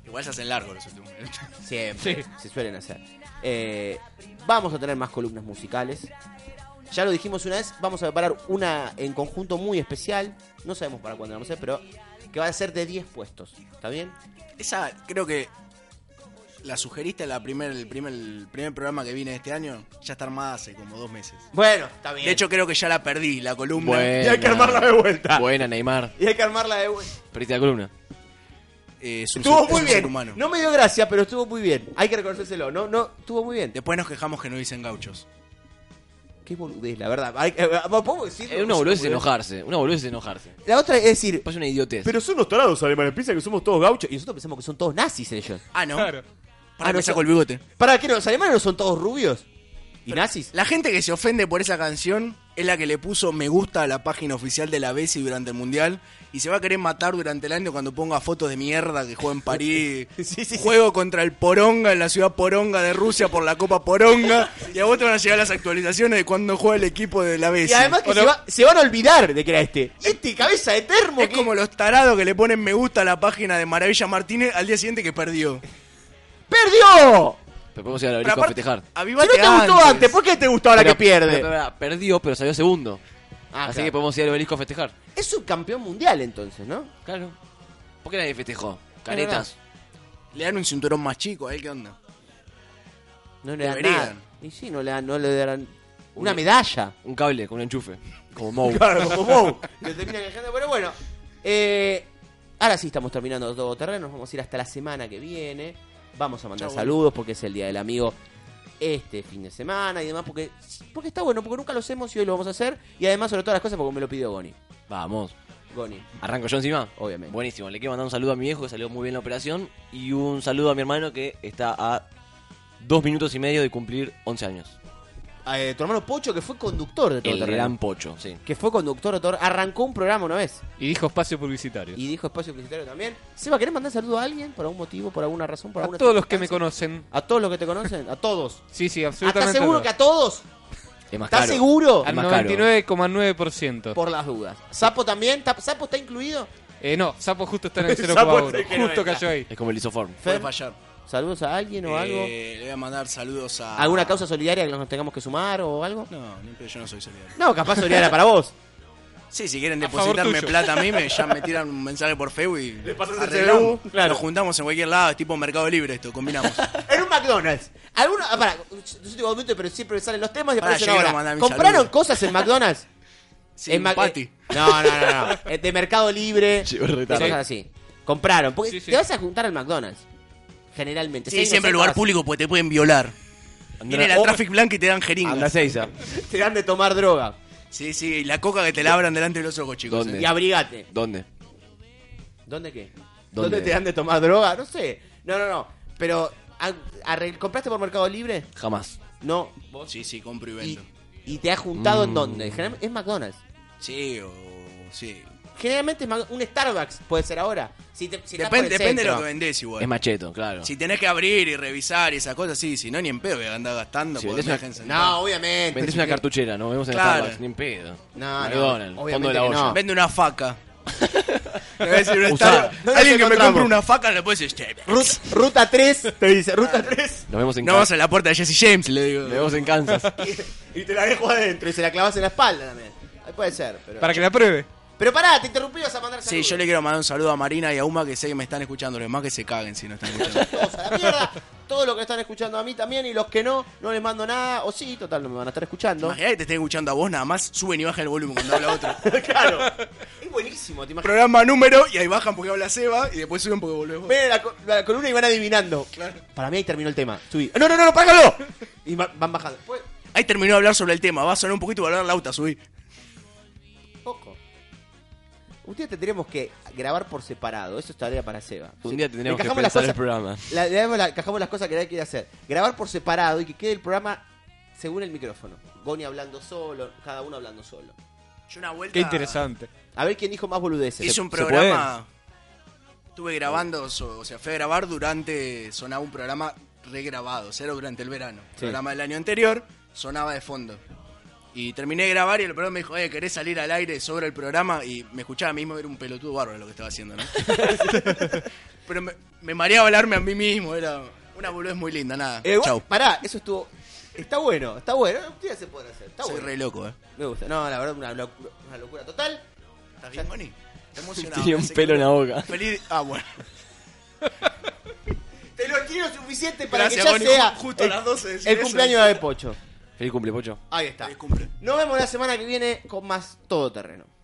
S6: Igual se hacen largos los últimos minutos.
S4: Siempre. Se suelen hacer. Eh, vamos a tener más columnas musicales. Ya lo dijimos una vez, vamos a preparar una en conjunto muy especial. No sabemos para cuándo vamos a hacer, pero que va a ser de 10 puestos. ¿Está bien?
S6: Esa, creo que la sugeriste en la primer, el, primer, el primer programa que vine este año. Ya está armada hace como dos meses.
S4: Bueno, está bien.
S6: De hecho, creo que ya la perdí, la columna.
S2: Buena. Buena, Neymar.
S4: Y hay que armarla de vuelta.
S2: Perdiste la columna.
S6: eh, es un
S4: Estuvo
S6: ser-
S4: muy
S6: es un ser
S4: bien.
S6: humano.
S4: No me dio gracia, pero estuvo muy bien. Hay que reconocérselo. No, no, estuvo muy bien.
S6: Después nos quejamos que no dicen gauchos.
S4: Qué boludez, la verdad. Hay- eh, ¿podemos decirlo?
S2: Eh, una boludez es enojarse. Una boludez es enojarse.
S4: La otra es decir.
S2: Pasa una idiotez.
S4: Pero son los tarados alemanes. Piensan que somos todos gauchos. Y nosotros pensamos que son todos nazis ellos.
S6: Ah, no. Para
S4: Ah, no,
S6: me saco
S4: son-
S6: el bigote.
S4: ¿Para qué no? ¿Los alemanes no son todos rubios? ¿Y nazis?
S6: La gente que se ofende por esa canción es la que le puso me gusta a la página oficial de la BESI durante el Mundial y se va a querer matar durante el año cuando ponga fotos de mierda que juega en París. Juego contra el Poronga en la ciudad Poronga de Rusia por la Copa Poronga y a vos te van a llegar las actualizaciones de cuando juega el equipo de la BESI.
S4: Y además que
S6: Bueno,
S4: se, va- se van a olvidar de que era este. Y este, cabeza de termo.
S6: es como los tarados que le ponen me gusta a la página de Maravilla Martínez al día siguiente que perdió.
S4: ¡Perdió!
S2: Pero podemos ir al
S6: Pero
S2: obelisco a
S6: aparte-
S2: festejar.
S6: Avívate
S4: Si no te gustó
S6: antes.
S4: antes, ¿por qué te gustó ahora que pierde? Ah,
S2: pero, pero, pero, perdió, pero salió segundo. Así
S4: claro.
S2: que podemos ir al obelisco a festejar.
S4: Es subcampeón mundial entonces, ¿no?
S2: Claro. ¿Por qué nadie festejó? Caretas.
S6: Le dan un cinturón más chico, ¿a él qué onda?
S4: No le dan
S6: Deberían.
S4: nada. Y sí, no le, dan- no le darán una medalla.
S2: Un cable con un enchufe. Como Mou.
S4: Claro, como Mou. Que termina quejando, Pero bueno, eh, ahora sí estamos terminando todo terreno. Nos vamos a ir hasta la semana que viene. Vamos a mandar
S2: Chau,
S4: saludos porque es el Día del Amigo este fin de semana y demás. Porque, porque está bueno, porque nunca lo hacemos y hoy lo vamos a hacer. Y además, sobre todas las cosas, porque me lo pidió Goni.
S2: Vamos.
S4: Goni.
S2: Arranco yo encima.
S4: Obviamente.
S2: Buenísimo. Le quiero mandar un saludo a mi viejo que salió muy bien la operación. Y un saludo a mi hermano que está a dos minutos y medio de cumplir 11 años.
S4: Eh, tu hermano Pocho, que fue conductor de todo
S2: El
S4: terreno.
S2: gran pocho, sí.
S4: Que fue conductor de todo Arrancó un programa una vez.
S5: Y dijo espacio publicitario.
S4: Y dijo espacio publicitario también. Seba, ¿querés mandar saludo a alguien? ¿Por algún motivo? ¿Por alguna razón? Por
S5: A
S4: alguna
S5: todos los que me conocen.
S4: ¿A todos los que te conocen? ¿A todos?
S5: Sí, sí, absolutamente.
S4: ¿Estás seguro
S5: todos.
S4: que a todos?
S2: Es más
S4: ¿Estás
S2: caro.
S4: seguro?
S2: Es
S5: Al
S2: más caro.
S5: 99,9%.
S4: Por las dudas. ¿Sapo también? ¿Tap- ¿Sapo está incluido?
S5: Eh, no, Sapo justo está en el
S4: Sapo es
S5: 0,1.
S4: el que no
S5: Justo
S4: está.
S5: cayó ahí.
S2: Es como el isoform.
S6: Puede fallar.
S4: ¿Saludos a alguien o algo?
S6: Eh, le voy a mandar saludos a...
S4: ¿Alguna causa solidaria que nos tengamos que sumar o algo?
S6: No, ni en pedo, yo no soy solidario.
S4: No, capaz solidaria para vos.
S6: Sí, si quieren
S4: A favor
S6: depositarme
S4: tuyo.
S6: plata a mí, me, ya me tiran un mensaje por Facebook y. Le
S4: pasas el CBU, claro.
S6: Claro. Nos juntamos en cualquier lado, es tipo Mercado Libre esto, combinamos.
S4: En un McDonald's. Alguno, ah, pará, yo soy tipo momento, pero siempre salen los temas y
S6: Pará,
S4: aparecen
S6: yo quiero
S4: ahora.
S6: mandar mi
S4: ¿Compraron
S6: saludo.
S4: cosas en McDonald's?
S6: Sí,
S4: En
S6: un
S4: Mac-
S6: patty.
S4: eh, No, no, no, no. Eh, De Mercado Libre.
S6: Llegó
S4: de
S6: retardo.
S4: cosas así. Compraron. Porque
S5: Sí, sí.
S4: te vas a juntar al McDonald's. Generalmente.
S6: Sí,
S4: Si hay
S6: siempre
S4: inocentes,
S6: lugar público, porque te pueden violar. Viene la
S4: Oh.
S6: Traffic Blanca y te dan jeringas.
S4: Te dan de tomar droga.
S6: Sí, sí, y la coca que te la abran delante de los ojos, chicos. eh.
S2: ¿Dónde?
S4: Y abrigate.
S2: ¿eh? ¿Dónde?
S4: ¿Dónde qué? ¿Dónde,
S2: ¿Dónde?
S4: te dan de tomar droga? No sé. No, no, no. Pero, ¿a- arre- ¿compraste por Mercado Libre?
S2: Jamás.
S4: No.
S6: Sí, sí, compro y vendo.
S4: ¿Y te has juntado en
S2: Mm.
S4: dónde? General- es McDonald's.
S6: Sí, o. Sí.
S4: Generalmente es Mac- un Starbucks, puede ser ahora. Si te, si estás por
S6: Depende,
S4: el
S6: depende de lo
S4: centro.
S6: que vendés igual.
S2: Es macheto, claro.
S6: Si tenés que abrir y revisar y esas cosas, sí, si no, ni en pedo voy a andar gastando.
S2: Si
S6: porque
S2: vendés
S6: me
S2: una-
S6: dejan sentado.
S4: No, obviamente.
S2: Vendés
S4: Si
S2: una
S4: querés-
S2: cartuchera, nos vemos en
S6: Claro.
S2: Starbucks, ni en pedo.
S4: No,
S2: McDonald's,
S4: no,
S2: fondo
S4: obviamente
S2: de la
S4: que
S2: olla.
S4: no.
S6: Vende una faca. Me va a decir,
S2: Usada.
S6: está-
S4: No nos
S6: Alguien que me
S4: encontramos.
S6: compre una faca le puede decir, che,
S4: Rut- ruta 3, te dice, ruta 3.
S2: Nos vemos en
S6: no
S2: Ca-
S6: vas a la puerta de Jesse James, le digo.
S2: Nos vemos en Kansas.
S4: Y te la dejo adentro y se la clavas en la espalda también. Ahí puede ser, pero.
S5: Para que la pruebe.
S4: Pero pará, te interrumpí, vas a mandar
S6: Sí, yo le quiero mandar un saludo a Marina y a Uma que sé que me están escuchando. Los demás que se caguen si no están escuchando.
S4: todos los que están escuchando a mí también y los que no, no les mando nada. O sí, total, no me van a estar escuchando.
S6: Imaginá que te estén escuchando a vos nada más. Suben y bajan el volumen cuando habla otro.
S4: claro. Es buenísimo, te imaginas.
S6: Programa número y ahí bajan porque habla Seba y después suben porque volvemos.
S4: Ven a la, co- a la columna y van adivinando. Para mí ahí terminó el tema. Subí. No, no, no, no, págalo. Y va- van bajando. Después,
S6: Ahí terminó de hablar sobre el tema. Va a sonar un poquito y va a hablar Lauta, subí.
S4: poco. Ustedes tendríamos que grabar por separado. Eso es tarea para Seba.
S2: Un día tendríamos que
S4: Encajamos
S2: pensar el
S4: las cosas,
S2: programa.
S4: la- le damos la- encajamos las cosas que nadie quiere hacer. Grabar por separado y que quede el programa según el micrófono. Goni hablando solo, cada uno hablando solo.
S6: Yo una vuelta.
S5: Qué interesante.
S4: A ver quién dijo más boludeces.
S6: Hice un programa. Estuve grabando, so- o sea, fui a grabar durante. Sonaba un programa regrabado, o sea, era durante el verano.
S4: Sí.
S6: Programa del año anterior, sonaba de fondo. Y terminé de grabar y el programa me dijo, oye, ¿querés salir al aire sobre el programa? Y me escuchaba a mí mismo, era un pelotudo bárbaro lo que estaba haciendo, ¿no? Pero me, me mareaba hablarme a mí mismo, era una boludez muy linda, nada.
S4: Eh,
S6: Chau.
S4: Pará, eso estuvo. Está bueno, está bueno. Un día se puede hacer. Está
S6: Soy
S4: bueno.
S6: re loco, ¿eh?
S4: Me gusta. No, la verdad, una locura, una locura total.
S6: ¿Estás bien, Moni? Te emocionado.
S2: Tenía un
S6: Pensé
S2: pelo
S6: que-
S2: en la boca.
S6: Feliz. Ah, bueno.
S4: Te lo quiero suficiente para
S6: Gracias,
S4: que ya
S6: Moni,
S4: sea
S6: ju- justo a
S4: el,
S6: las 12 decir
S4: el
S6: eso.
S4: cumpleaños de Pocho.
S2: Feliz cumple, Pocho.
S4: Ahí está. Nos vemos la semana que viene con más Todoterreno.